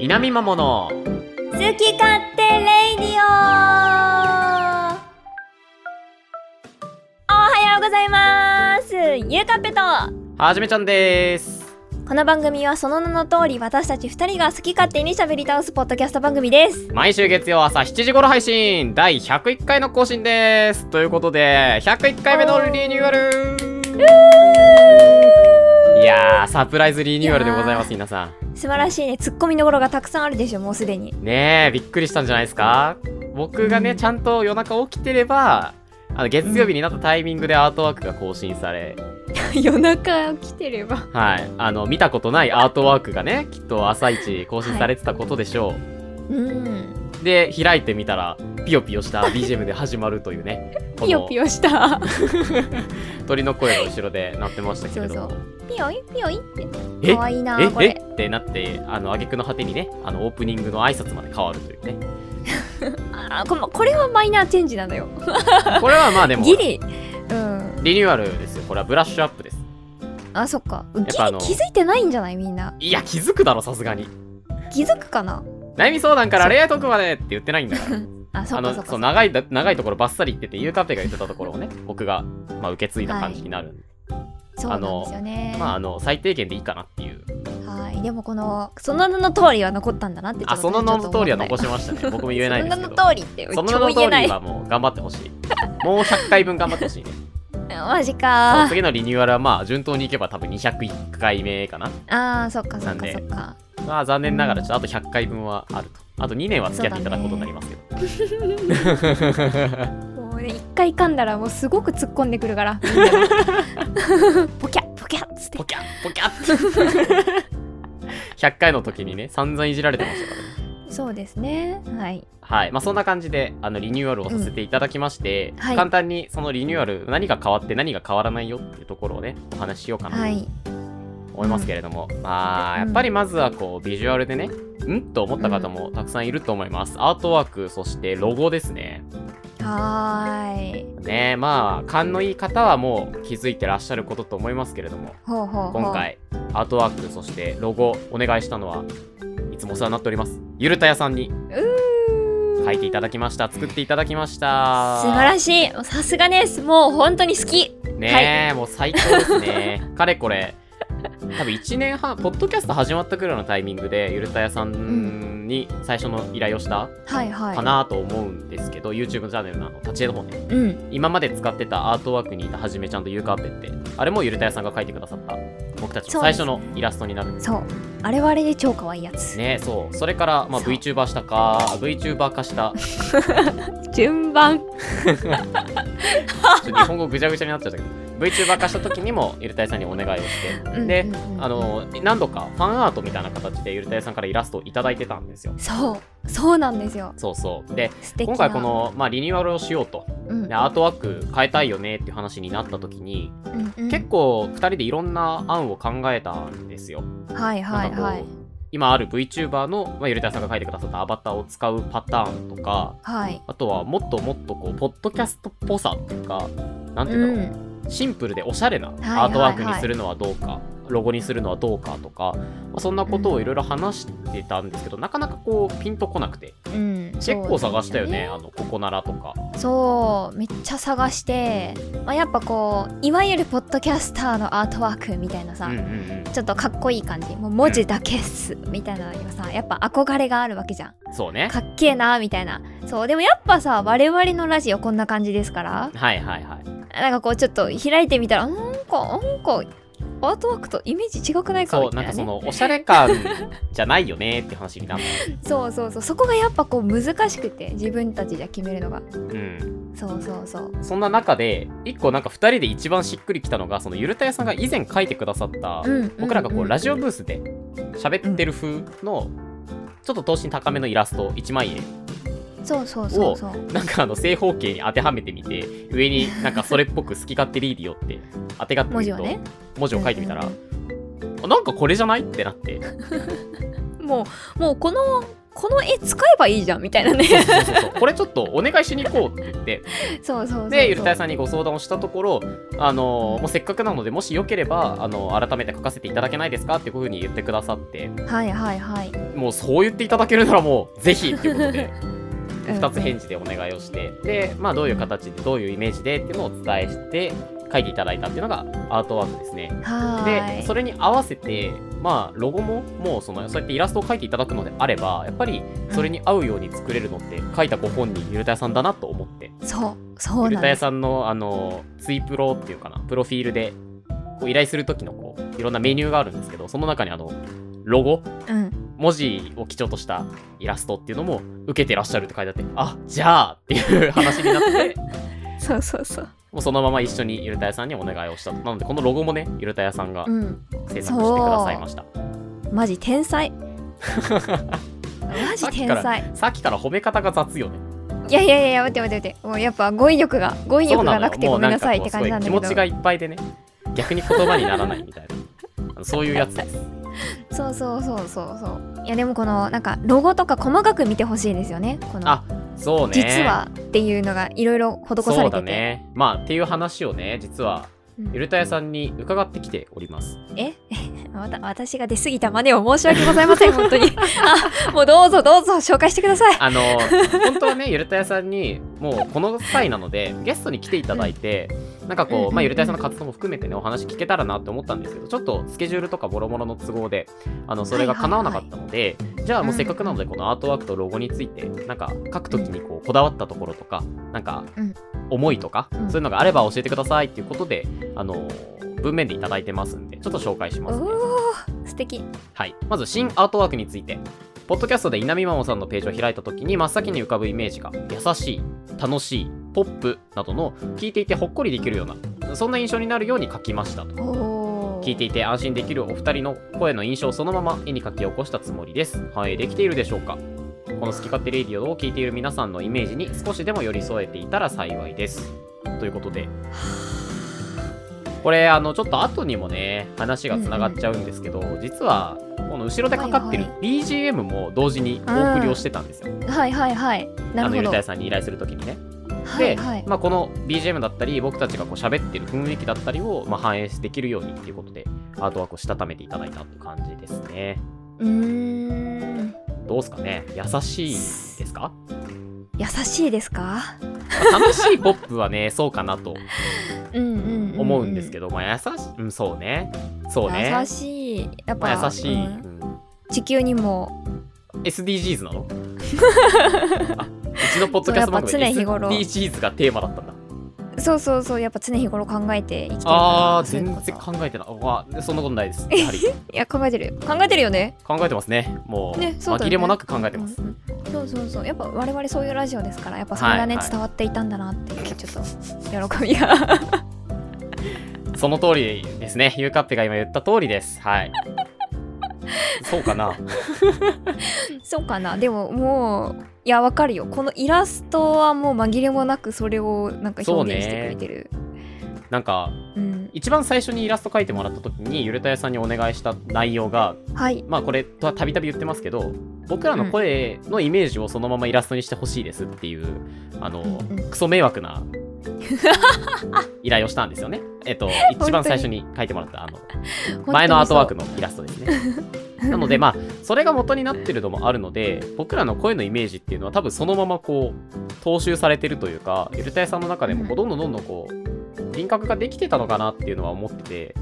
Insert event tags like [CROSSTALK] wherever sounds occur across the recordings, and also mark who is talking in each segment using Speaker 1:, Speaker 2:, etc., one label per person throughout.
Speaker 1: 南マモの
Speaker 2: 好き勝手レイディオおはようございますゆうかっぺと
Speaker 1: はじめちゃんです
Speaker 2: この番組はその名の通り私たち二人が好き勝手にしゃべり倒すポッドキャスト番組です
Speaker 1: 毎週月曜朝7時頃配信第101回の更新ですということで101回目のリニューアルいやーサプライズリニューアルでございます皆さ
Speaker 2: 素晴らしいねツッコミどころがたくさんあるでしょもうすでに
Speaker 1: んねえびっくりしたんじゃないですか僕がねちゃんと夜中起きてればあの月曜日になったタイミングでアートワークが更新され、
Speaker 2: [LAUGHS] 夜中起きてれば
Speaker 1: はい、あの見たことないアートワークがねきっと朝一更新されてたことでしょう、
Speaker 2: うん
Speaker 1: で開いてみたらピヨピヨした BGM で始まるというねこ
Speaker 2: [LAUGHS] [LAUGHS] ピヨ
Speaker 1: の
Speaker 2: ピヨした
Speaker 1: 鳥の声の後ろで鳴ってましたけれども
Speaker 2: そうピヨイピヨイって
Speaker 1: え
Speaker 2: 可愛いな
Speaker 1: え
Speaker 2: こ
Speaker 1: え
Speaker 2: れ
Speaker 1: ってなってあの挙句の果てにねあのオープニングの挨拶まで変わるというね [LAUGHS]
Speaker 2: あこのこれはマイナーチェンジなのよ
Speaker 1: これはまあでも
Speaker 2: ギ
Speaker 1: リ
Speaker 2: リうん
Speaker 1: ニューアルですよこれはブラッシュアップです
Speaker 2: あそっかギリ
Speaker 1: ぱあの
Speaker 2: 気づいてないんじゃないみんない
Speaker 1: や気づくだろさすがに
Speaker 2: 気づくかな
Speaker 1: 悩み相談から恋愛トークまでって言ってないんだから
Speaker 2: あそ
Speaker 1: あ
Speaker 2: っかそ
Speaker 1: の
Speaker 2: っ
Speaker 1: そう
Speaker 2: か
Speaker 1: 長いだ長いところばっさり言っててゆうかっぺが言ってたところをね僕が、まあ、受け継いだ感じになる、
Speaker 2: そうなんですよね
Speaker 1: まああの最低限でいいかなっていう
Speaker 2: はいでもこのその名の通りは残ったんだなってちょ
Speaker 1: あ
Speaker 2: っと
Speaker 1: そ
Speaker 2: ね
Speaker 1: の名の通りは
Speaker 2: ちょ
Speaker 1: 残
Speaker 2: っと思ったよ
Speaker 1: しましたね僕も言えないですけ
Speaker 2: そ
Speaker 1: ど
Speaker 2: の名の通りって
Speaker 1: その名
Speaker 2: 超
Speaker 1: の通
Speaker 2: 言えな
Speaker 1: り
Speaker 2: い
Speaker 1: はもう頑張ってほしい [LAUGHS] もう100回分頑張ってほしいね
Speaker 2: マジ
Speaker 1: その
Speaker 2: か
Speaker 1: 次のリニューアルはまあ順当にいけば多分201回目かな
Speaker 2: あーそっかそっ
Speaker 1: なん
Speaker 2: か
Speaker 1: で
Speaker 2: そっか
Speaker 1: まあ残念ながらちょっとあと100回分はあるとあと2年は付き合っていただくことになりますけど、
Speaker 2: もうね一回噛んだらもうすごく突っ込んでくる
Speaker 1: [LAUGHS]
Speaker 2: からみんながポキャポキャっつって
Speaker 1: ポキャッポキャッ100回の時にね散々いじられてましたからね
Speaker 2: そうですねはい
Speaker 1: はいまあそんな感じであのリニューアルをさせていただきまして、
Speaker 2: うんはい
Speaker 1: 簡単にそのリニューアル何が変わって何が変わらないよっていうところをねお話ししようかなと
Speaker 2: はい
Speaker 1: 思いますけれども、まあやっぱりまずはこうビジュアルでねうんと思った方もたくさんいると思います、アートワークそしてロゴですね
Speaker 2: はーい
Speaker 1: ねえまあ勘のいい方はもう気づいてらっしゃることと思いますけれども
Speaker 2: ほうほうほう
Speaker 1: 今回アートワークそしてロゴお願いしたのはいつもお世話になっておりますゆるたやさんに
Speaker 2: うー
Speaker 1: 書いていただきました作っていただきました
Speaker 2: 素晴らしいもうさすがですもう本当に好き
Speaker 1: ねえ、もう最高ですね。 [LAUGHS] かれこれ、多分1年半、ポッドキャスト始まったくらいのタイミングで、ゆるたやさんに最初の依頼をした
Speaker 2: はいはい
Speaker 1: かなと思うんですけど、YouTube チャンネルのあの立ち絵の方ね、
Speaker 2: うん
Speaker 1: 今まで使ってたアートワークにいたはじめちゃんとゆうかあぺって、あれもゆるたやさんが描いてくださった、僕たちの最初のイラストになるんです。
Speaker 2: そうあれはあれで超可愛いやつ、
Speaker 1: ねそうそれから、まあ、
Speaker 2: そう
Speaker 1: VTuber したか VTuber 化した
Speaker 2: [LAUGHS]
Speaker 1: ち
Speaker 2: 順番
Speaker 1: ょっと日本語ぐちゃぐちゃになっちゃったけど VTuber 化した時にもゆるたやさんにお願いをしてで
Speaker 2: うんうんうん
Speaker 1: あの何度かファンアートみたいな形でゆるたやさんからイラストをいただいてたんですよ。
Speaker 2: そうそうなんですよ
Speaker 1: そうそうで
Speaker 2: 素敵な
Speaker 1: 今回こ、の、まあ、リニューアルをしようと
Speaker 2: うん
Speaker 1: でアートワーク変えたいよねっていう話になった時に、
Speaker 2: うんうん
Speaker 1: 結構2人でいろんな案を考えたんですよ。
Speaker 2: はいはいは
Speaker 1: なんか
Speaker 2: い
Speaker 1: こう今ある VTuber の、まあ、ゆるたやさんが書いてくださったアバターを使うパターンとか
Speaker 2: はい
Speaker 1: あとはもっともっとこうポッドキャストっぽさっていうかなんていう
Speaker 2: うん
Speaker 1: だろう、
Speaker 2: ん
Speaker 1: シンプルでおしゃれな
Speaker 2: はい
Speaker 1: アートワークにするのはどうか、ロゴにするのはどうかとか、まあそんなことをいろいろ話してたんですけど、なかなかこうピンとこなくて
Speaker 2: うん
Speaker 1: 結構探したよね
Speaker 2: そう
Speaker 1: あのここならとか
Speaker 2: そうめっちゃ探して、まあ、やっぱこういわゆるポッドキャスターのアートワークみたいなさ、
Speaker 1: うんうんうん
Speaker 2: ちょっとかっこいい感じもう文字だけっすみたいなのにはさやっぱ憧れがあるわけじゃん
Speaker 1: そうね
Speaker 2: かっけえなみたいなそうでもやっぱさ我々のラジオこんな感じですから
Speaker 1: はいはいはい
Speaker 2: なんかこうちょっと開いてみたらなんかなんかアートワークとイメージ違くないか
Speaker 1: そ
Speaker 2: み
Speaker 1: うな
Speaker 2: た
Speaker 1: んか
Speaker 2: いな、ね、
Speaker 1: そのおしゃれ感じゃないよねって話になっ
Speaker 2: そうそうそうそこがやっぱこう難しくて自分たちじゃ決めるのが
Speaker 1: た、うん、
Speaker 2: そうそうそう
Speaker 1: そんな中で一個なんか2人で一番しっくりきたのがそのゆるたやさんが以前書いてくださった、
Speaker 2: うん
Speaker 1: 僕らがこうラ
Speaker 2: ジ
Speaker 1: ジオブースで喋ってる風のちょっと等身高めのイラスト1枚絵
Speaker 2: そうそうそうそう
Speaker 1: なんかあの正方形に当てはめてみて上になんかそれっぽく好き勝手リーディオ
Speaker 2: [LAUGHS]
Speaker 1: って当てがって
Speaker 2: 文
Speaker 1: み
Speaker 2: 字
Speaker 1: る
Speaker 2: を
Speaker 1: と
Speaker 2: ね
Speaker 1: 文字を書いてみたら、
Speaker 2: うん
Speaker 1: あなんかこれじゃないってなって
Speaker 2: もうもうこのこの絵使えばいいじゃんみたいなね
Speaker 1: そうそうそうこれちょっとお願いしに行こうって言って
Speaker 2: [LAUGHS] そうそうそうそう
Speaker 1: でゆるたやさんにご相談をしたところあのもうせっかくなのでもしよければあの改めて書かせていただけないですかってこういうふうに言ってくださって
Speaker 2: はいはいはい
Speaker 1: もうそう言っていただけるならもうぜひってこと
Speaker 2: [LAUGHS]
Speaker 1: で
Speaker 2: うん
Speaker 1: 2つ返事でお願いをしてでまあどういう形でどういうイメージでっていうのをお伝えして書いていただいたっていうのがアートワークですね。
Speaker 2: はー
Speaker 1: で
Speaker 2: い
Speaker 1: それに合わせてまあロゴももうそのそうやってイラストを描いていただくのであればやっぱりそれに合うように作れるのって書いたご本人ゆるたやさんだなと思って
Speaker 2: そうそう
Speaker 1: ゆる
Speaker 2: なん
Speaker 1: た
Speaker 2: で
Speaker 1: や
Speaker 2: す
Speaker 1: さんのあのツイプロっていうかなプロフィールでこう依頼する時のこういろんなメニューがあるんですけどその中にあのロゴ
Speaker 2: うん
Speaker 1: 文字を基調としたイラストっていうのも受けてらっしゃるって書いてあってあじゃあっていう話になって [LAUGHS]
Speaker 2: そうそうそう
Speaker 1: もうそのまま一緒にゆるたやさんにお願いをしたなのでこのロゴもねゆるたやさんが
Speaker 2: うん
Speaker 1: 制作してくださいました、
Speaker 2: マジ天 [LAUGHS] 才マジ天
Speaker 1: さっきか
Speaker 2: 才
Speaker 1: さっきから褒め方が雑よね
Speaker 2: いやいやいや待って待って待ってもうやっぱ語彙力が語彙力がなくてごめんなさいって感じなんだけ
Speaker 1: も
Speaker 2: ど
Speaker 1: うなんかこうすごい気持ちがいっぱいでね逆に言葉にならないみたいなあの [LAUGHS] そういうやつです
Speaker 2: そうそうそうそうそういやでもこのなんかロゴとか細かく見てほしいですよねこの
Speaker 1: あそうね
Speaker 2: 実はっていうのがいろいろ施さ
Speaker 1: そ
Speaker 2: れ
Speaker 1: う
Speaker 2: て
Speaker 1: だ
Speaker 2: て、
Speaker 1: ねまあっていう話をね実は
Speaker 2: うん
Speaker 1: ゆるたやさんに伺ってきております
Speaker 2: え [LAUGHS] わた私が出過ぎた真似を申し訳ござい
Speaker 1: [LAUGHS]
Speaker 2: ません本当に [LAUGHS] あもうどうぞどうぞ紹介してください
Speaker 1: あの本当はねゆるたやさんにもうこの際なのでゲストに来ていただいて、なんか
Speaker 2: うんうん
Speaker 1: こ
Speaker 2: う
Speaker 1: うんまあゆるたやさんの活動も含めてねお話聞けたらなって思ったんですけどちょっとスケジュールとかボロボロの都合であのそれが叶わなかったので、じゃあもうせっかくなのでこのアートワークとロゴについてなんか書くときにこうこだわったところとかなんか
Speaker 2: うん
Speaker 1: 思いとか、
Speaker 2: うん
Speaker 1: そういうのがあれば教えてくださいっていうことであの文面でいただいてますんでちょっと紹介し
Speaker 2: お
Speaker 1: ますね。
Speaker 2: おー素敵
Speaker 1: はい、まず新アートワークについてポッドキャストで稲見真央さんのページを開いた時に真っ先に浮かぶイメージが優しい楽しいポップなどの聞いていてほっこりできるようなそんな印象になるように書きましたと
Speaker 2: おお
Speaker 1: 聞いていて安心できるお二人の声の印象をそのまま絵に書き起こしたつもりです反映できているでしょうかこの好き勝手レイディオを聞いている皆さんのイメージに少しでも寄り添えていたら幸いですということでこれあのちょっと後にもね話がつながっちゃうんですけど、実はこの後ろでかかってる
Speaker 2: は
Speaker 1: BGM も同時にお送りをしてたんですよ、
Speaker 2: はいはいはいな
Speaker 1: あの
Speaker 2: るほ
Speaker 1: ゆる
Speaker 2: ど
Speaker 1: たやさんに依頼するときにね
Speaker 2: は
Speaker 1: で、
Speaker 2: いはい
Speaker 1: まあ、この BGM だったり僕たちがこう喋ってる雰囲気だったりを、まあ、反映できるようにっていうことでアートワークをしたためていただいたって感じですね
Speaker 2: うーん
Speaker 1: どうですかね優しいですか
Speaker 2: 優しいですか
Speaker 1: まあ楽しい [LAUGHS] ポップはねそうかなと
Speaker 2: うんうんうん
Speaker 1: 思うんですけど、まあ、優しい、うん、そうねそうね
Speaker 2: 優しいやっぱ、
Speaker 1: まあ、優しい、
Speaker 2: う
Speaker 1: うんん
Speaker 2: 地球にも
Speaker 1: SDGs な
Speaker 2: [LAUGHS]
Speaker 1: のあうちのポッドキャスト番
Speaker 2: そう
Speaker 1: 組
Speaker 2: やっぱ常日頃
Speaker 1: SDGs がテーマだったんだ
Speaker 2: そうそうそうやっぱ常日頃考えて生きてるから
Speaker 1: あー
Speaker 2: そういう
Speaker 1: 全
Speaker 2: こと
Speaker 1: 然考えてないわそんなことないですやはり
Speaker 2: いや考えてるよ考えてるよね
Speaker 1: 考えてますねもう
Speaker 2: ねそうだよね
Speaker 1: 紛れもなく考えてます
Speaker 2: うんうんそうそうそうやっぱ我々そういうラジオですからやっぱそれがね、
Speaker 1: はいはい
Speaker 2: 伝わっていたんだなっていうちょっと喜びが [LAUGHS]
Speaker 1: その通りですね。ゆうかっぺが今言った通りです。はい。そうかな。
Speaker 2: そうかなでももういやわかるよこのイラストはもう紛れもなくそれをなんか表現してくれてる
Speaker 1: なんか、
Speaker 2: う、ん、
Speaker 1: 一番最初にイラスト描いてもらった時に、ゆるたやさんにお願いした内容が、
Speaker 2: はい
Speaker 1: まあこれ、たたびたび言ってますけど、僕らの声のイメージをそのままイラストにしてほしいですっていう、あの、
Speaker 2: うんうん
Speaker 1: クソ迷惑な依頼をしたんですよね。え [LAUGHS] っと、一番最初に描いてもらった、あの、前のアートワークのイラストですね。
Speaker 2: [LAUGHS]
Speaker 1: なのでまあそれが元になってるのもあるので僕らの声のイメージっていうのは多分そのままこう踏襲されてるというかゆるたやさんの中でもこうどんどんどんどんこう輪郭ができてたのかなっていうのは思って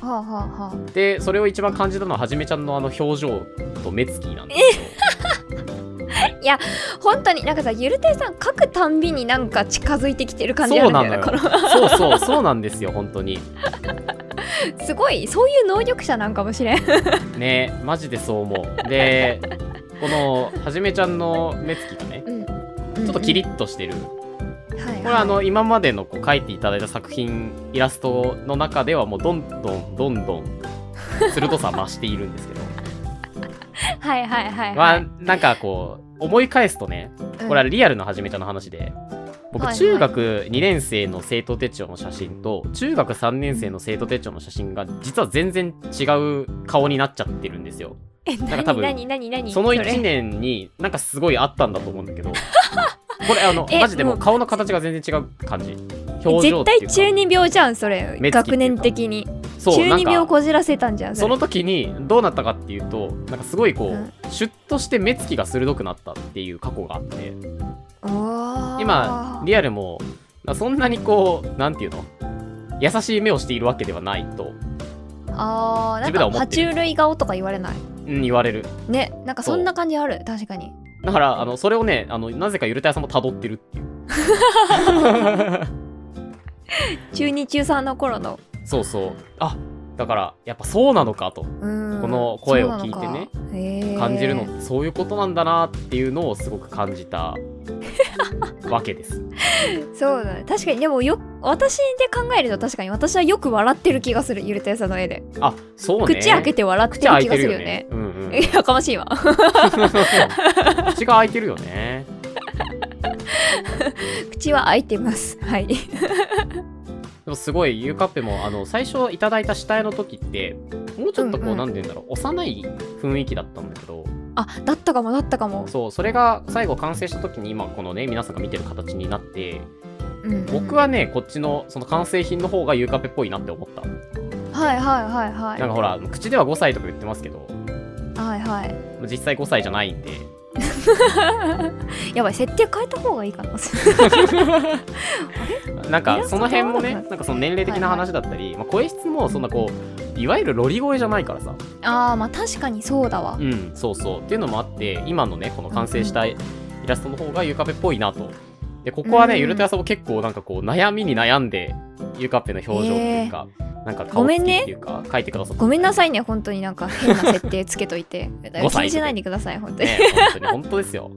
Speaker 2: あ、はあはあはあ、
Speaker 1: てでそれを一番感じたのははじめちゃんのあの表情と目つきなんです
Speaker 2: 本当になんかさゆるていさん書くたんびになんか近づいてきてる感じ
Speaker 1: そ
Speaker 2: な
Speaker 1: うんな
Speaker 2: だよ
Speaker 1: の
Speaker 2: ね
Speaker 1: よ
Speaker 2: この
Speaker 1: けどそうそうそうなんですよ本当に
Speaker 2: すごいそういう能力者なんかもしれ
Speaker 1: [LAUGHS]
Speaker 2: ん
Speaker 1: ねマジでそう思うでこのはじめちゃんの目つきがね
Speaker 2: うん
Speaker 1: ちょっとキリッとしてる
Speaker 2: うんはいはい
Speaker 1: これはあの今までのこう描いていただいた作品イラストの中ではもうどんどんどんどん
Speaker 2: [LAUGHS]
Speaker 1: 鋭さ増しているんですけど
Speaker 2: はいはいはい
Speaker 1: ま
Speaker 2: は
Speaker 1: あ
Speaker 2: い、
Speaker 1: なんかこう思い返すとね
Speaker 2: うん
Speaker 1: これはリアルのはじめちゃんの話で
Speaker 2: はいは
Speaker 1: 僕
Speaker 2: い
Speaker 1: 中学2年生の生徒手帳の写真と中学3年生の生徒手帳の写真が実は全然違う顔になっちゃってるんですよ
Speaker 2: え、
Speaker 1: なんか
Speaker 2: な
Speaker 1: 多分
Speaker 2: になになになに
Speaker 1: その
Speaker 2: れ
Speaker 1: 1年になんかすごいあったんだと思うんだ
Speaker 2: [LAUGHS]
Speaker 1: けどこれあの
Speaker 2: え
Speaker 1: マジでも
Speaker 2: も
Speaker 1: う
Speaker 2: う
Speaker 1: 顔の形が全然違う感じ表情
Speaker 2: 絶
Speaker 1: っていう
Speaker 2: 対
Speaker 1: か
Speaker 2: 中二病じゃんそ
Speaker 1: 目つき
Speaker 2: れ
Speaker 1: っていうか
Speaker 2: 学年的に
Speaker 1: そう
Speaker 2: 中
Speaker 1: な
Speaker 2: 二
Speaker 1: んか
Speaker 2: 病こじらせたんじゃん
Speaker 1: そ
Speaker 2: それ
Speaker 1: の時にどうなったかっていうとなんかすごいこう、
Speaker 2: うん
Speaker 1: シュッとして目つきが鋭くなったっていう過去があって
Speaker 2: おー
Speaker 1: 今リアルもそんなにこうなんていうの優しい目をしているわけではないと、
Speaker 2: あーな
Speaker 1: 自分
Speaker 2: ん
Speaker 1: ら
Speaker 2: か
Speaker 1: は思
Speaker 2: 爬
Speaker 1: ってる
Speaker 2: 虫類顔とか言われない
Speaker 1: うん、言われる
Speaker 2: ねなんかそんな感じある確かに
Speaker 1: だからあのそれをねあのなぜかゆるたやさんも辿ってるっていう
Speaker 2: 中二中三の頃の
Speaker 1: そうそうあだからやっぱそうなのかと
Speaker 2: うん
Speaker 1: この声を聞いてね
Speaker 2: ね
Speaker 1: 感じるのってそういうことなんだなっていうのをすごく感じたわけです
Speaker 2: そうだね確かにでもよ私で考えると確かに私はよく笑ってる気がするゆるたやさんの絵で、
Speaker 1: あそうね
Speaker 2: [LAUGHS] 口開けて笑って
Speaker 1: 口
Speaker 2: る
Speaker 1: 開
Speaker 2: 気
Speaker 1: い
Speaker 2: が
Speaker 1: て
Speaker 2: す
Speaker 1: る
Speaker 2: る
Speaker 1: よ
Speaker 2: よ
Speaker 1: ね
Speaker 2: ね。
Speaker 1: うんうん、
Speaker 2: え [LAUGHS] やかましいわ
Speaker 1: 口が開いてるよね。
Speaker 2: 口は開いてますはい
Speaker 1: でもすごい、ゆうかっぺも、あの、最初いただいた下絵の時って、もうちょっとこう、
Speaker 2: うんうん
Speaker 1: なんて言うんだろう、幼い雰囲気だったんだけど、
Speaker 2: あだったかもだったかも、
Speaker 1: そう、それが最後完成した時に、今、このね、皆さんが見てる形になって、
Speaker 2: うんうん
Speaker 1: 僕はね、こっちの、その完成品の方がゆうかっぺっぽいなって思った。
Speaker 2: はいはいはいはい
Speaker 1: なんかほら、口では5歳とか言ってますけど、
Speaker 2: はいはい
Speaker 1: 実際5歳じゃないんで、
Speaker 2: やばい設定変えた方がいいかな [LAUGHS]
Speaker 1: なん
Speaker 2: イ
Speaker 1: か
Speaker 2: ラスト
Speaker 1: その辺もね
Speaker 2: 変わらなか
Speaker 1: な
Speaker 2: った
Speaker 1: んかその年齢的な話だったり、まあ、声質もそんなこういわゆるロリ声じゃないからさ
Speaker 2: あーまあ確かにそうだわ
Speaker 1: うんそうそうっていうのもあって今のねこの完成したイラストの方がゆうかぺっぽいなとでここはね、
Speaker 2: うん
Speaker 1: ゆるたやさんも結構なんかこう悩みに悩んでゆうかぺの表情っていうか、なんか顔つきっていうか、書いてくださった
Speaker 2: ごめんな
Speaker 1: ね
Speaker 2: さいね本当になんか変な設定つけとい
Speaker 1: [LAUGHS]
Speaker 2: て
Speaker 1: 歳
Speaker 2: 気にしないでください本当に、
Speaker 1: 本当に本当ですよ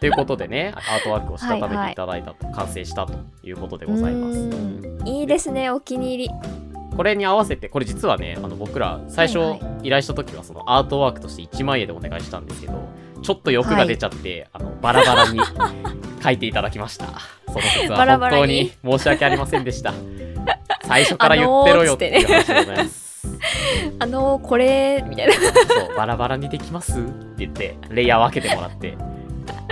Speaker 1: ということでねアートワークをしたためていただいたと、完成したということでございます
Speaker 2: うんいいですねお気に入り
Speaker 1: これに合わせてこれ実はねあの僕ら最初
Speaker 2: はい
Speaker 1: 依頼した時はそのアートワークとして1万円でお願いしたんですけどちょっと欲が出ちゃって、あのバラバラに [LAUGHS] 書いていただきましたその説
Speaker 2: バ
Speaker 1: は
Speaker 2: ラバ
Speaker 1: 本
Speaker 2: ラ
Speaker 1: 当
Speaker 2: に
Speaker 1: に申し訳ありませんでした最初から言ってろよっていう話でございます、
Speaker 2: あのーこれみたいな
Speaker 1: そうバラバラにできますって言ってレイヤー分けてもらって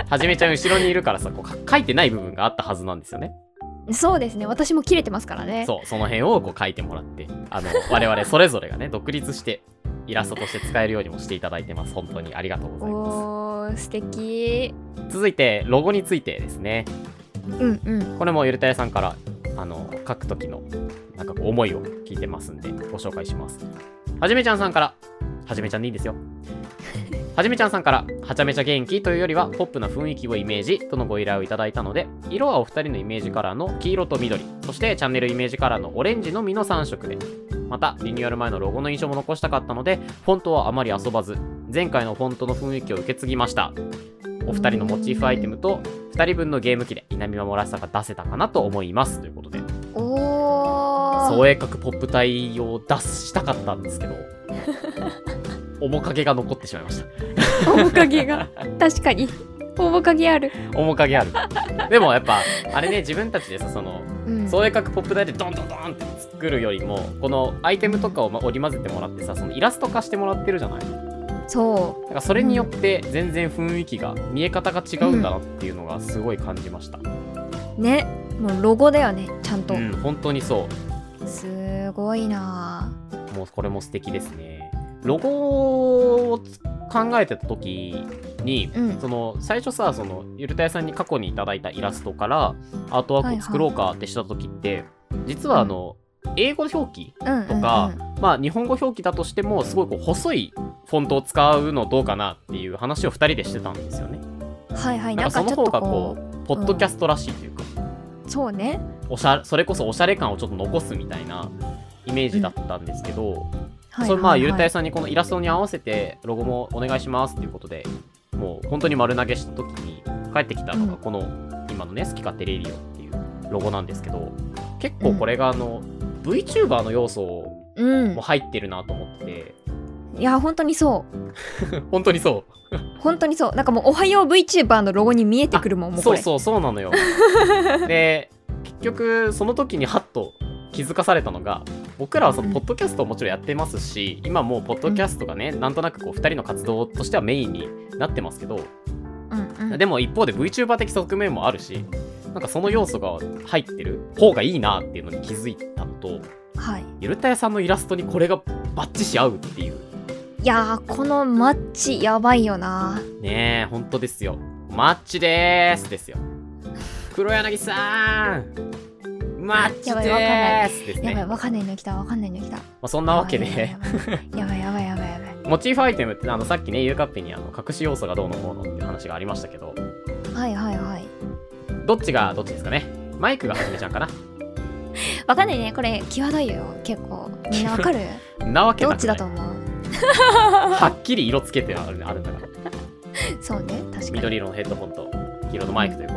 Speaker 1: はじめちゃん後ろにいるからさこうか書いてない部分があったはずなんですよね
Speaker 2: [LAUGHS] そうですね私も切れてますからね
Speaker 1: そう、その辺をこう書いてもらって、あの、我々それぞれがね、 [LAUGHS] 独立して、イラストとして使えるようにもしていただいてます。本当にありがとうございま
Speaker 2: おー素敵
Speaker 1: す。続いて、ロゴについてですね。
Speaker 2: うんうん
Speaker 1: これもゆるたやさんから、あの、書く時の、なんかこう思いを聞いてますんで、ご紹介します。はじめちゃんさんから、はじめちゃんでいいんですよ。はじめちゃんさんから、はちゃめちゃ元気というよりは、ポップな雰囲気をイメージとのご依頼をいただいたので、色はお二人のイメージカラーの黄色と緑、そしてチャンネルイメージカラーのオレンジのみの3色で、また、リニューアル前のロゴの印象も残したかったので、フォントはあまり遊ばず、前回のフォントの雰囲気を受け継ぎました。お二人のモチーフアイテムと、二人分のゲーム機で稲見守らしさが出せたかなと思います。ということで、
Speaker 2: おー
Speaker 1: 創鋭角ポップ体を出したかったんですけど、面影が残ってしまいました。
Speaker 2: 面影が確かに面影ある、
Speaker 1: 面影あるでもやっぱあれね自分たちでさその
Speaker 2: うん、
Speaker 1: 創鋭角ポップ台でドンドンドンって作るよりもこのアイテムとかをま織り交ぜてもらってさそのイラスト化してもらってるじゃないだ
Speaker 2: そう
Speaker 1: からそれによって全然雰囲気が見え方が違うんだなっていうのがすごい感じました
Speaker 2: ねもうロゴだよねちゃん
Speaker 1: う
Speaker 2: と、
Speaker 1: ん、本当にそ
Speaker 2: すごいなあ
Speaker 1: うもうこれも素敵ですねロゴを考えてた時に
Speaker 2: うん
Speaker 1: その最初さそのゆるたやさんに過去にいただいたイラストからアートワークを作ろうかってした時って、実はあの、英語表記
Speaker 2: うんうんうん
Speaker 1: とかまあ日本語表記だとしてもすごいこう細いフォントを使うのどうかなっていう話を2人でしてたんですよね。
Speaker 2: はいはい
Speaker 1: な
Speaker 2: なんん
Speaker 1: かそ
Speaker 2: かち
Speaker 1: の方
Speaker 2: ょっと
Speaker 1: が
Speaker 2: こ
Speaker 1: こうポッドキャストらしいというか、
Speaker 2: うそうね
Speaker 1: おしゃれそれこそおしゃれ感をちょっと残すみたいなイメージだったんですけど、
Speaker 2: はい
Speaker 1: それまあゆるた
Speaker 2: や
Speaker 1: やさんにこのイラストに合わせてロゴもお願いしますっていうことでもう本当に丸投げした時に帰ってきたのが
Speaker 2: うん
Speaker 1: この今のね「好き勝手レイディオ」っていうロゴなんですけど結構これがあの VTuber の要素
Speaker 2: うん
Speaker 1: も入ってるなと思って
Speaker 2: いや本当にそ
Speaker 1: て [LAUGHS] 本当にそう
Speaker 2: う本当にそうなんかもう「おはよう VTuber」のロゴに見え [LAUGHS] てくるもんもうこ
Speaker 1: そう
Speaker 2: れ
Speaker 1: そうそうなのよで結局その時にハッと気づかされたのが僕らはそのポッドキャストをもちろんやってますし今もうポッドキャストがねなんとなくこう2人の活動としてはメインになってますけど
Speaker 2: うんうん
Speaker 1: でも一方で VTuber 的側面もあるしなんかその要素が入ってる方がいいなっていうのに気づいたのと
Speaker 2: はい
Speaker 1: ゆるたやさんのイラストにこれがバッチし合うっていう
Speaker 2: いやーこのマッチやばいよな
Speaker 1: ねえ本当ですよマッチでーすですよ黒柳さーんマッチでーすですね
Speaker 2: やばい
Speaker 1: ま
Speaker 2: わかんないの来たわかんないの来た
Speaker 1: あ、そんなわけで
Speaker 2: やばいやばいやばいやばいやばいや
Speaker 1: モチーフアイテムってあのさっきねゆうかっぺにあの隠し要素がどうのこうのっていう話がありましたけど
Speaker 2: ばいはいはいはい
Speaker 1: どっちがどっちですかねマイクがはじめちゃんかな
Speaker 2: わかんないねこれ際どいよ結構みんなわ
Speaker 1: [LAUGHS]
Speaker 2: かる
Speaker 1: なわけ
Speaker 2: ど
Speaker 1: な
Speaker 2: っ
Speaker 1: く
Speaker 2: ち
Speaker 1: な
Speaker 2: だ
Speaker 1: い
Speaker 2: と思う
Speaker 1: はっきり色つけてあるあるんだから
Speaker 2: そうね確かに
Speaker 1: 緑色のヘッドホンと黄色のマイクというこ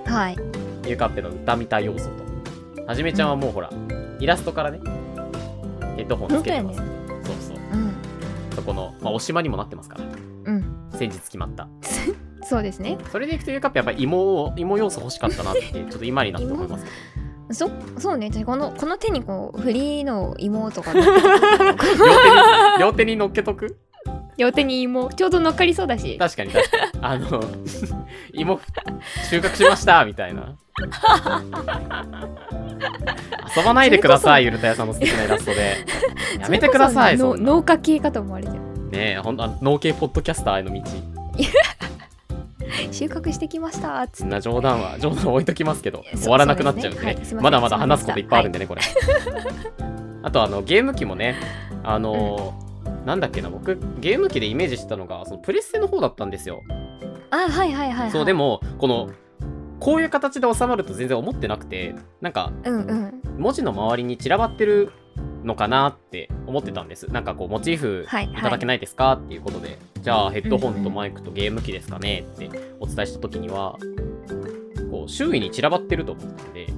Speaker 1: とで
Speaker 2: はい
Speaker 1: ゆうかっぺの歌みた要素とはじめちゃんはもうほらイラストからねヘッドホンつけてます、
Speaker 2: 本
Speaker 1: そうそう
Speaker 2: うん
Speaker 1: そこの、まあ、おしまにもなってますから
Speaker 2: うん
Speaker 1: 先日決まった
Speaker 2: そうですね
Speaker 1: それでいくとゆうかっぺやっぱり芋を芋要素欲しかったなってちょっと今になって思い
Speaker 2: [LAUGHS]
Speaker 1: ますけ
Speaker 2: そそうねこのこの手にこうフリーの妹が
Speaker 1: [LAUGHS] ど両手に両手に乗っけとく
Speaker 2: 両手に芋ちょうど乗っかりそうだし
Speaker 1: 確かに確かにあの [LAUGHS] 芋収穫しましたみたい
Speaker 2: [LAUGHS]
Speaker 1: な遊ばないでくださいゆるたやさんの素敵なイラスト
Speaker 2: [LAUGHS]
Speaker 1: でやめてください
Speaker 2: そ
Speaker 1: そ
Speaker 2: れこそ
Speaker 1: ん
Speaker 2: の
Speaker 1: な
Speaker 2: 農家系かと思われてる
Speaker 1: ねえほんとあの農系ポッドキャスターへの道
Speaker 2: 収穫してきましたーっつ
Speaker 1: そ
Speaker 2: っ
Speaker 1: ん
Speaker 2: て
Speaker 1: な冗談は冗談は置いときますけど
Speaker 2: そう
Speaker 1: 終わらなくなっちゃうんで,、
Speaker 2: そうですねはい
Speaker 1: まだまだ話すこといっぱいあるんでね、これ [LAUGHS] あとあのゲーム機もねあのーなんだっけな僕ゲーム機でイメージしてたのがそのプレステの方だったんですよ、
Speaker 2: あはいはいはいはい
Speaker 1: そうでもこのこういう形で収まると全然思ってなくてなんか
Speaker 2: うんうん
Speaker 1: 文字の周りに散らばってるのかなって思ってたんですなんかこうモチーフ
Speaker 2: はいはい
Speaker 1: いただけないですか、っていうことでじゃあヘッドホンとマイクとゲーム機ですかねってお伝えした時にはこう周囲に散らばってると思ったんで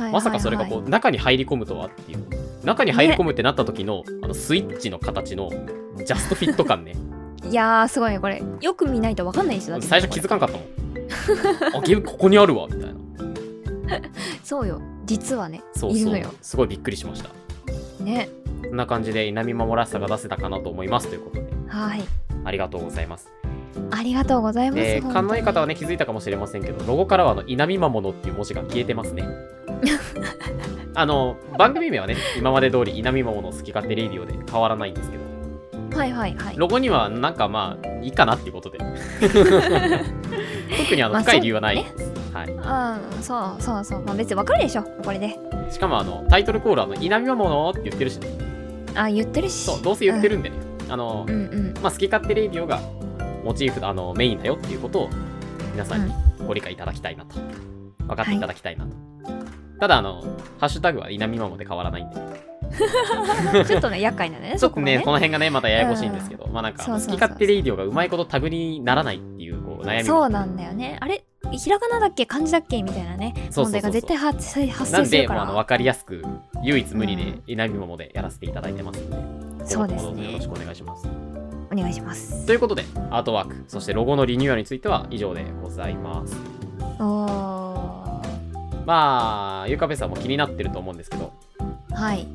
Speaker 2: はい
Speaker 1: まさかそれがこう中に入り込むとはっていう中に入り込むってなった時のあのスイッチの形のジャストフィット
Speaker 2: [LAUGHS]
Speaker 1: 感ね
Speaker 2: いやーすごいねこれよく見ないとわかんないでしょだって
Speaker 1: 最初気づかんかったもんあゲームここにあるわみたいな
Speaker 2: そうよ実はね
Speaker 1: そう
Speaker 2: いる
Speaker 1: そ
Speaker 2: の
Speaker 1: う
Speaker 2: よ
Speaker 1: すごいびっくりしました
Speaker 2: ね
Speaker 1: こんな感じで稲見守らしさが出せたかなと思いますということで
Speaker 2: はい
Speaker 1: ありがとうございます
Speaker 2: ありがとうございます、
Speaker 1: で
Speaker 2: 本当
Speaker 1: 勘
Speaker 2: に
Speaker 1: のいい方はね気づいたかもしれませんけどロゴからはあの「稲見守の」っていう文字が消えて
Speaker 2: [LAUGHS]
Speaker 1: ますねあの番組名はね今まで通り「稲見守の好き勝手レディオ」で変わらないんですけど
Speaker 2: はいはいはい
Speaker 1: ロゴにはなんかまあいいかなっていう
Speaker 2: [LAUGHS]
Speaker 1: ことで特にあ
Speaker 2: ま
Speaker 1: の
Speaker 2: あ
Speaker 1: 深い理由はない、
Speaker 2: そうね
Speaker 1: は
Speaker 2: うんそうそうそうまあ別にわかるでしょこれで
Speaker 1: い、しかもあのタイトルコールあの「稲見守の」って言ってるしね
Speaker 2: あ言ってるし
Speaker 1: そうどうせ言ってるんでね、あの
Speaker 2: うんうん
Speaker 1: まあ、好き勝手レディオがモチーフあのメインだよっていうことを皆さんにご理解いただきたいなと、分かっていただきたいなと、ただあのハッシュタグは稲見まもで変わらないんで、
Speaker 2: ちょっ
Speaker 1: [LAUGHS]
Speaker 2: とね厄介なんだね
Speaker 1: ちょ
Speaker 2: そ
Speaker 1: っと
Speaker 2: こ
Speaker 1: ね
Speaker 2: が
Speaker 1: この辺がねまたややこしいんですけど、まあなんか
Speaker 2: そうそうそう
Speaker 1: 好き勝手レディオがうまいことタグにならないっていうこう悩み
Speaker 2: そう
Speaker 1: も
Speaker 2: なんだよねあれひらがなだっけ漢字だっけみたいなね
Speaker 1: そう
Speaker 2: 問
Speaker 1: そう
Speaker 2: 題
Speaker 1: そ
Speaker 2: が
Speaker 1: う
Speaker 2: 絶
Speaker 1: そ
Speaker 2: 対発生発
Speaker 1: うな
Speaker 2: 生
Speaker 1: ん
Speaker 2: す
Speaker 1: で、
Speaker 2: るか
Speaker 1: まあ、あの
Speaker 2: ら
Speaker 1: 分かりやすく唯一無二
Speaker 2: うん
Speaker 1: で稲見まもでやらせていただいてますので、
Speaker 2: そうで
Speaker 1: 今後と
Speaker 2: すね
Speaker 1: もどぞよろしくお願いします
Speaker 2: お願いします
Speaker 1: ということでアートワークそしてロゴのリニューアルについては以上でございます
Speaker 2: おー
Speaker 1: まあゆうかべさんも気になってると思うんですけど
Speaker 2: はい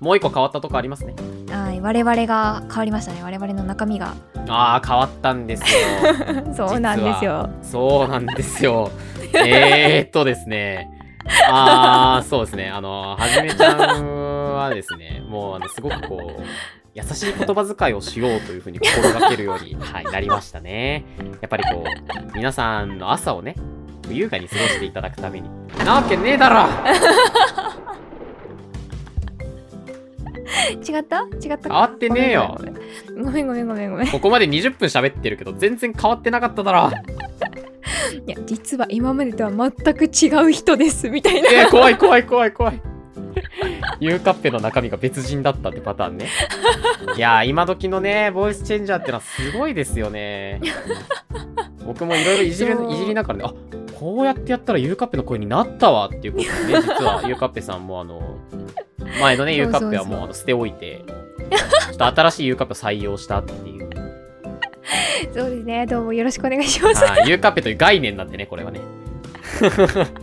Speaker 1: もう一個変わったとこありますね。
Speaker 2: はい我々が変わりましたね我々の中身
Speaker 1: [LAUGHS]
Speaker 2: が
Speaker 1: ああ、変わったんですよ。
Speaker 2: [LAUGHS] そうなんですよ
Speaker 1: そうなんですよ。えーっとですね。ああ、そうですね。あの、はじめちゃんはですね、もうあの、すごくこう、優しい言葉遣いをしようというふうに心がけるように、はい、なりましたね。やっぱりこう、皆さんの朝をね、優雅に過ごしていただくために。なわけねえだろ
Speaker 2: 違った違った
Speaker 1: 変わってねえよ
Speaker 2: ごめんごめんごめんごめんごめんごめん
Speaker 1: ここまで20分喋ってるけど、全然変わってなかっただろ
Speaker 2: いや実は今までとは全く違う人ですみたいな
Speaker 1: えー、怖い怖い怖い怖い。ゆうかっぺの中身が別人だったってパターンね。いやー、今時のね、ボイスチェンジャーってのはすごいですよね。僕もいろいろいじる
Speaker 2: そう
Speaker 1: いじりながらね、あこうやってやったらゆうかっぺの声になったわっていうことでね、実はゆうかっぺさんもあの、前のね、
Speaker 2: そう
Speaker 1: ゆ
Speaker 2: そううそ
Speaker 1: か
Speaker 2: う
Speaker 1: っぺはもうあの捨ておいて、ちょっと新しいゆうかっぺを採用したっていう。
Speaker 2: そうですねどうもよろしくお願いします
Speaker 1: はい、ゆうかっぺという概念なんでね、これはね。 [LAUGHS]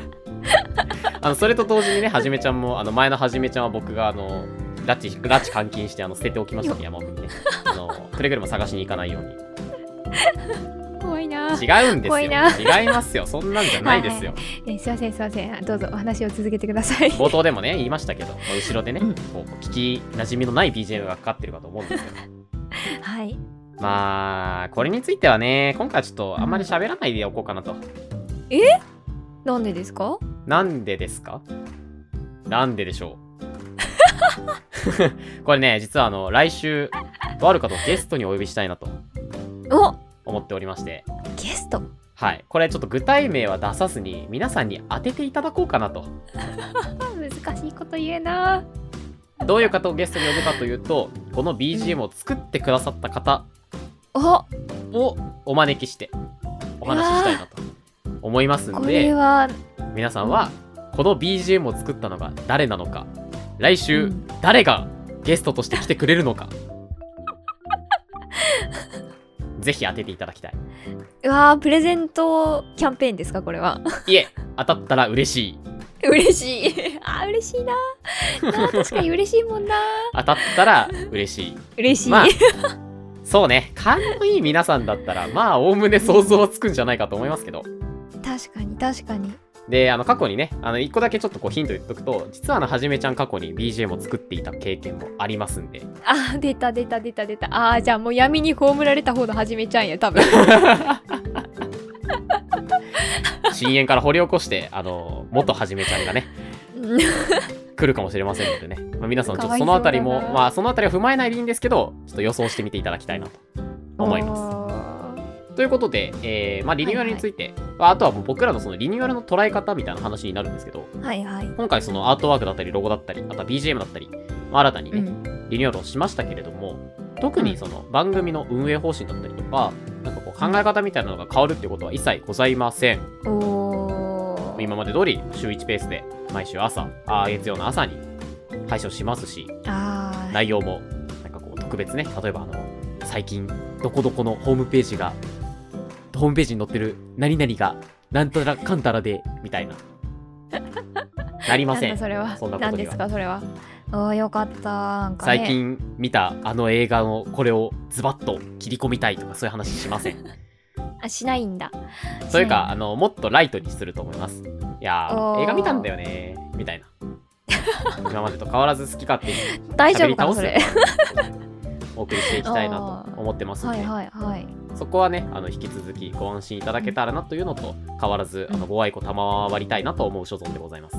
Speaker 1: あのそれと同時にねはじめちゃんもあの前のはじめちゃんは僕があの拉致拉致監禁してあの捨てておきましたね山奥にねあのくれぐれも探しに行かないように
Speaker 2: [LAUGHS] 怖いな
Speaker 1: 違うんです
Speaker 2: 怖
Speaker 1: よ
Speaker 2: いな
Speaker 1: 違いますよそんなんじゃないですよ、
Speaker 2: えすいませんすいませんどうぞお話を続けてください
Speaker 1: 冒頭でもね言いましたけど後ろでね、
Speaker 2: うん
Speaker 1: こう聞きなじみのない BGM がかかってるかと思うんですけど
Speaker 2: [LAUGHS] はい
Speaker 1: まあこれについてはね今回はちょっとあんまり喋らないでおこうかなと
Speaker 2: なんでですか
Speaker 1: なんでですかなんででしょう [LAUGHS] これね実はあの来週とある方をゲストにお呼びしたいなと
Speaker 2: お
Speaker 1: 思っておりまして
Speaker 2: ゲスト
Speaker 1: はいこれちょっと具体名は出さずに皆さんに当てていただこうかなと
Speaker 2: あ難しいこと言えな
Speaker 1: どういう方をゲストに呼ぶかというとこの BGM を作ってくださった方
Speaker 2: お
Speaker 1: をお招きしてお話ししたいなと思いますの
Speaker 2: こ
Speaker 1: で
Speaker 2: れは
Speaker 1: 皆さんはこの BGM を作ったのが誰なのか来
Speaker 2: う
Speaker 1: 週
Speaker 2: ん
Speaker 1: 誰がゲストとして来てくれるの [LAUGHS] か、ぜひ当てていただきたいう
Speaker 2: わープレゼントキャンペーンですかこれ [LAUGHS] は
Speaker 1: いえ当たったら嬉しい
Speaker 2: 嬉しい [LAUGHS] あー嬉しいなあー確かに嬉しいもんな
Speaker 1: 当たったら嬉しい
Speaker 2: 嬉しい、
Speaker 1: まあそうね勘のいい皆さんだったらまあおおむね想像はつくんじゃないかと思いますけど
Speaker 2: 確かに確かに
Speaker 1: であの過去にねあの1個だけちょっとこうヒント言っとくと実はあのはじめちゃん過去に BGM を作っていた経験もありますんで
Speaker 2: あー出た出た出た出たあーじゃあもう闇に葬られた方のはじめちゃんや [LAUGHS] 多分
Speaker 1: 深淵から掘り起こしてあの元はじめちゃんがね
Speaker 2: うん
Speaker 1: 来るかもしれませんのでね、まあ、皆さんちょっ
Speaker 2: かわ
Speaker 1: と
Speaker 2: い
Speaker 1: そ
Speaker 2: そ
Speaker 1: の
Speaker 2: うだな
Speaker 1: あたりもまあそのあたりは踏まえないでいいんですけどちょっと予想してみていただきたいなと思いま
Speaker 2: ます
Speaker 1: ということで、えーまあ、リニューアルについて、まああとはもう僕らのそのリニューアルの捉え方みたいな話になるんですけど
Speaker 2: はいはい
Speaker 1: 今回そのアートワークだったりロゴだったりあとは BGM だったり、まあ、新たに
Speaker 2: う
Speaker 1: ね、
Speaker 2: ん
Speaker 1: リニューアルをしましたけれども特にその番組の運営方針だったりとかなんかこう考え方みたいなのが変わるってことは一切ございません
Speaker 2: おー
Speaker 1: 今まで通り週1ペースで毎週朝あー月曜の朝に配信をしますし
Speaker 2: あー
Speaker 1: 内容もなんかこう特別ね例えばあの最近どこどこのホームページがホームページに載ってる何々がなんたらかんたらでみたい
Speaker 2: [LAUGHS]
Speaker 1: ななりませ
Speaker 2: なん
Speaker 1: ん
Speaker 2: だそれは
Speaker 1: そんなこと
Speaker 2: 何
Speaker 1: に
Speaker 2: で
Speaker 1: は
Speaker 2: すかそれはおーよかったなんか、ね、
Speaker 1: 最近見たあの映画のこれをズバッと切り込みたいとかそういう話しませ
Speaker 2: [LAUGHS]
Speaker 1: ん
Speaker 2: あしないんだ
Speaker 1: という
Speaker 2: しない
Speaker 1: かあのもっとライトにすると思いますいや
Speaker 2: お
Speaker 1: ー
Speaker 2: ー
Speaker 1: 映画見たんだよねみたいな今までと変わらず好き勝手に
Speaker 2: 大丈
Speaker 1: 喋り
Speaker 2: 夫か
Speaker 1: 倒
Speaker 2: な
Speaker 1: す
Speaker 2: そ
Speaker 1: よ
Speaker 2: れ
Speaker 1: お送りしていきたいなと思ってますの
Speaker 2: は
Speaker 1: で、
Speaker 2: いはいはい
Speaker 1: そこはねあの引き続きご安心いただけたらなというのと変わらず
Speaker 2: うん
Speaker 1: あのご愛顧賜りたいなと思う所存でございます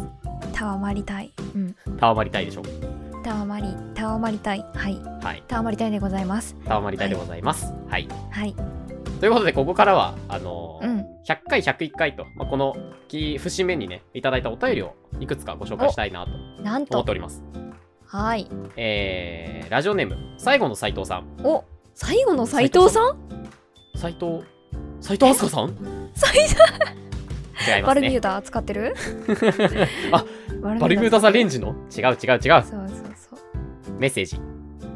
Speaker 2: たわまりたいうん
Speaker 1: 賜りたいでしょ
Speaker 2: たわまりたわまりたいはい
Speaker 1: はい
Speaker 2: たわまりたいでございます
Speaker 1: 賜りたいでございますはい、
Speaker 2: はい
Speaker 1: ということでここからはあのー
Speaker 2: うん
Speaker 1: 100回101回と、まあ、このき節目にねいただいたお便りをいくつかご紹介したいなと
Speaker 2: なん
Speaker 1: 思
Speaker 2: と
Speaker 1: っております
Speaker 2: はい
Speaker 1: えー、ラジオネーム最後の斉藤さん
Speaker 2: お最後の斉藤さん
Speaker 1: 斉藤斉藤飛鳥さん
Speaker 2: 斉藤
Speaker 1: 違います
Speaker 2: バルミュ
Speaker 1: ね
Speaker 2: ーダ使ってる
Speaker 1: [LAUGHS] あ
Speaker 2: [LAUGHS] バ
Speaker 1: バルミューダザレンジの違う違う違う
Speaker 2: そうそうそう
Speaker 1: メッセージ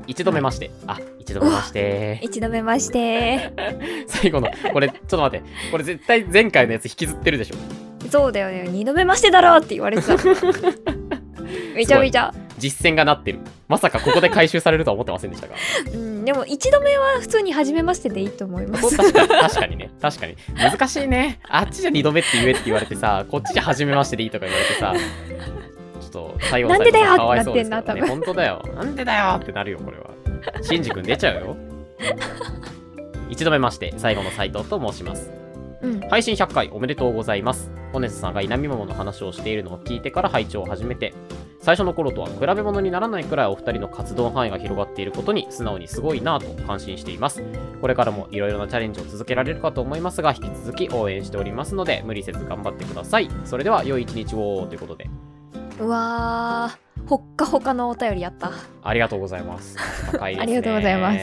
Speaker 1: 一度目ましてあ一度目まして
Speaker 2: 一度目まして
Speaker 1: 最後のこれちょっと待ってこれ絶対前回のやつ引きずってるでしょ
Speaker 2: そうだよね二度目ましてだろって言われ [LAUGHS] てためちゃめちゃ、
Speaker 1: 実践がなってるまさかここで回収されるとは思ってませんでしたが
Speaker 2: うん、でも一度目は普通に初めましてでいいと思いま
Speaker 1: そう
Speaker 2: す
Speaker 1: 確かに確かにね確かに難しいねあっちじゃ2度目って言えって言われてさこっちじゃ初めましてでいいとか言われてさちょっと最後の
Speaker 2: なんでだよ
Speaker 1: 最後かわいそうですけど
Speaker 2: ってなって
Speaker 1: ね
Speaker 2: んな
Speaker 1: 本当だよなんでだよってなるよこれはシンジ君出ちゃうよ一度目まして最後の斉藤と申します
Speaker 2: うん
Speaker 1: 配信100回おめでとうございます。ホネスさんが稲見桃の話をしているのを聞いてから拝聴を始めて、最初の頃とは比べ物にならないくらいお二人の活動範囲が広がっていることに素直にすごいなぁと感心しています。これからもいろいろなチャレンジを続けられるかと思いますが、引き続き応援しておりますので、無理せず頑張ってください。それでは良い一日をということで、
Speaker 2: うわーほっかほかのお便りやった
Speaker 1: ありがとうございます。暖かいですね
Speaker 2: ありがとうございます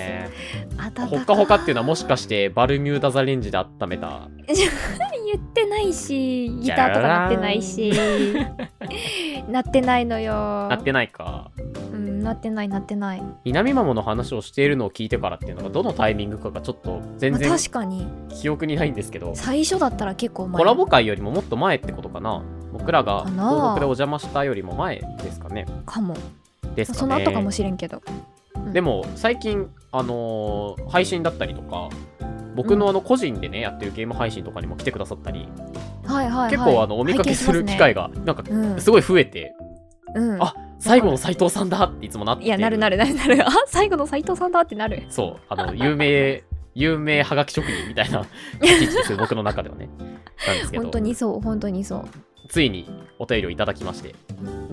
Speaker 2: あ
Speaker 1: ほっかほかっていうのはもしかしてバルミューダザレンジで温めた
Speaker 2: [LAUGHS] 言ってないしギターとか鳴ってないし [LAUGHS] 鳴ってないのよ
Speaker 1: なってないか
Speaker 2: うん、鳴ってない鳴ってない、
Speaker 1: 南マモの話をしているのを聞いてからっていうのがどのタイミングかがちょっと全
Speaker 2: まあ、
Speaker 1: 然
Speaker 2: 確かに
Speaker 1: 記憶にないんですけど
Speaker 2: 最初だったら結構前
Speaker 1: コラボ会よりももっと前ってことかな僕らが
Speaker 2: かな
Speaker 1: 東北でお邪魔したよりも前ですかね。
Speaker 2: かも、
Speaker 1: ですかね。
Speaker 2: その後かもしれんけど
Speaker 1: でも最近、あのー配信だったりとか僕のあの個人でね、やってるゲーム配信とかにも来てくださったり、
Speaker 2: はいはい、はい、
Speaker 1: 結構あのお見かけする機会がなんか
Speaker 2: 拝見しますね、
Speaker 1: すごい増えて、
Speaker 2: うんうん、
Speaker 1: あ最後の斎藤さんだっていつもなって
Speaker 2: いやなるな
Speaker 1: る
Speaker 2: るなるなるあ [LAUGHS] 最後の斎藤さんだってなる
Speaker 1: そうあ
Speaker 2: [LAUGHS]
Speaker 1: の有名有名はがき職人みたいな立ち位置ですよ僕の中ではねなんですけ
Speaker 2: 本
Speaker 1: ど
Speaker 2: 当にそう本当にそ
Speaker 1: ついにお便りをいただきまして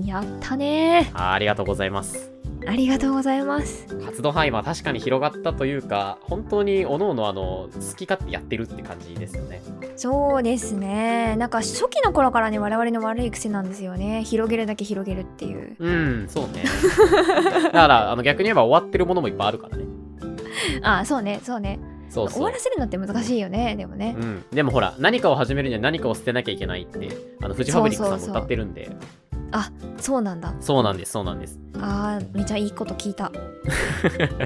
Speaker 2: うやったね
Speaker 1: あーありがとうございます
Speaker 2: ありがとうございます
Speaker 1: 活動範囲は確かに広がったというか本当におのおのあの好き勝手やってるって感じですよね
Speaker 2: そうですねなんか初期の頃からね我々の悪い癖なんですよね広げるだけ広げるっていう
Speaker 1: うんそう
Speaker 2: [LAUGHS]
Speaker 1: ねだからあの逆に言えば終わってるものもいっぱいあるからね
Speaker 2: あそうねそうね
Speaker 1: そう
Speaker 2: 終
Speaker 1: そ
Speaker 2: わ
Speaker 1: う
Speaker 2: らせるのって難しいよねでもね
Speaker 1: うん、でもほら何かを始めるには何かを捨てなきゃいけないってあのフジファブリックさんも歌ってるんでそう
Speaker 2: そうなんだ
Speaker 1: なんですそうなんです
Speaker 2: あーめっちゃいいこと聞い [LAUGHS] た確か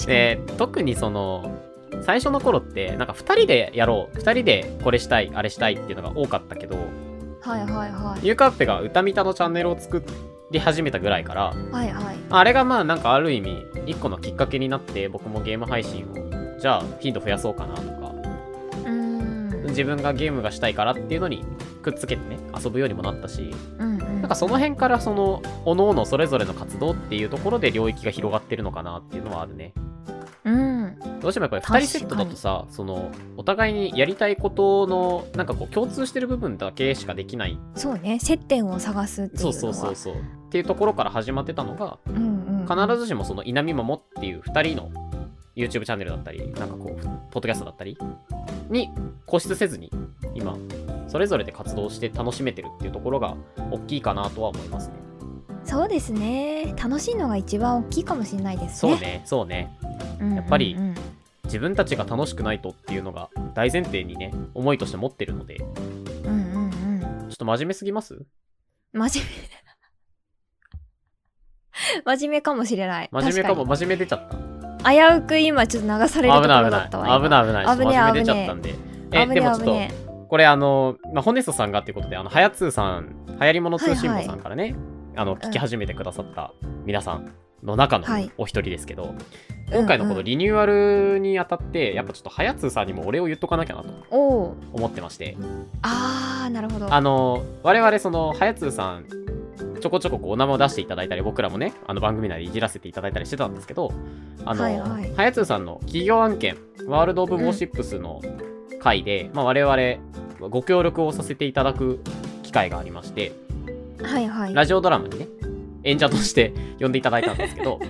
Speaker 2: に、
Speaker 1: で特にその最初の頃ってなんか2人でやろう2人でこれしたいあれしたいっていうのが多かったけど
Speaker 2: はいはいはい
Speaker 1: ゆうかっぺが歌みたのチャンネルを作り始めたぐらいから
Speaker 2: はいはい
Speaker 1: あれがまあなんかある意味1個のきっかけになって僕もゲーム配信をじゃあ頻度増やそうかなとか
Speaker 2: うーんうん
Speaker 1: 自分がゲームがしたいからっていうのにくっつけてね遊ぶようにもなったし
Speaker 2: うん
Speaker 1: なんかその辺からその各々それぞれの活動っていうところで領域が広がってるのかなっていうのはあるね
Speaker 2: うん
Speaker 1: どうしてもやっぱり2人セットだとさそのお互いにやりたいことのなんかこう共通してる部分だけしかできない
Speaker 2: そうね接点を探すっていうの
Speaker 1: そう
Speaker 2: は
Speaker 1: そうそうそうっていうところから始まってたのが
Speaker 2: うんうん、
Speaker 1: 必ずしもその稲見桃っていう2人の YouTube チャンネルだったりなんかこうポッドキャストだったりに固執せずに今それぞれで活動して楽しめてるっていうところが大きいかなとは思いますね
Speaker 2: そうですね楽しいのが一番大きいかもしれないです
Speaker 1: そう
Speaker 2: ね
Speaker 1: ねそうね
Speaker 2: うんうんうん
Speaker 1: やっぱり自分たちが楽しくないとっていうのが大前提にね思いとして持ってるのでちょ
Speaker 2: うんうんうん
Speaker 1: っと真面目すぎます
Speaker 2: 真面目 [LAUGHS] 真面目かもしれない
Speaker 1: 真面目かも真面目出ちゃった
Speaker 2: 確かに危うく今ちょっと流されるとこ
Speaker 1: 危
Speaker 2: ろ
Speaker 1: ない危
Speaker 2: だ
Speaker 1: な
Speaker 2: っ
Speaker 1: い
Speaker 2: たわ
Speaker 1: 危ない危ないちょっと真面目
Speaker 2: 危ねえ
Speaker 1: 出ちゃったんでえ
Speaker 2: 危ね
Speaker 1: でも
Speaker 2: え
Speaker 1: ちょ
Speaker 2: 危
Speaker 1: っと
Speaker 2: ね
Speaker 1: これあの、まあ、ホネストさんがっていうことであのはやつーさんはやりもの通信簿さんからね、あの聞き始めてくださった皆さんの中の
Speaker 2: はい
Speaker 1: お一人ですけど、
Speaker 2: え
Speaker 1: 今回のこ
Speaker 2: うんう
Speaker 1: の
Speaker 2: ん
Speaker 1: リニューアルにあたってやっぱちょっとはやつーさんにもお礼を言っとかなきゃなと
Speaker 2: おう
Speaker 1: 思ってまして
Speaker 2: あーなるほど
Speaker 1: あの我々そのはやつーさんちょこちょここうお名前を出していただいたり僕らもねあの番組内でいじらせていただいたりしてたんですけどあの、
Speaker 2: はいはい
Speaker 1: やつーさんの企業案件ワールド・オブ・ウォーシップスの回で、まあ、我々ご協力をさせていただく機会がありまして
Speaker 2: はいはい
Speaker 1: ラジオドラマにね演者として呼んでいただいたんですけ
Speaker 2: [LAUGHS]
Speaker 1: ど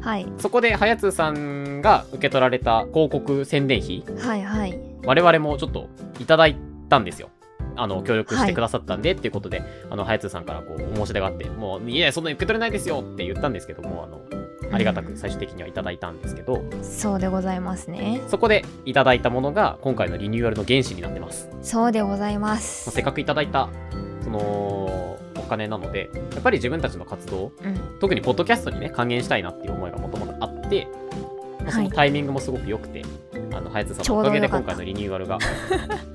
Speaker 2: はい
Speaker 1: そこではやつーさんが受け取られた広告宣伝費
Speaker 2: はいはい
Speaker 1: 我々もちょっといただいたんですよ。あの協力してくださったんで、っていうことで、あの、はやつさんからこうお申し出があって、もう、いや、そんな受け取れないですよって言ったんですけども、あの、ありがたく最終的にはいただいたんですけど、
Speaker 2: そうでございますね
Speaker 1: そこでいただいたものが、今回のリニューアルの原資になってます。ま
Speaker 2: そうでございま
Speaker 1: あ
Speaker 2: す
Speaker 1: せっかくいただいた、その、お金なので、やっぱり自分たちの活動、
Speaker 2: うん
Speaker 1: 特にポッドキャストにね、還元したいなっていう思いがもともとあって、まあそ
Speaker 2: は
Speaker 1: の
Speaker 2: い
Speaker 1: タイミングもすごく良くて、あの、早津さんのおかげで
Speaker 2: ちょ
Speaker 1: 今
Speaker 2: うど良か
Speaker 1: 回
Speaker 2: った
Speaker 1: のリニューアルが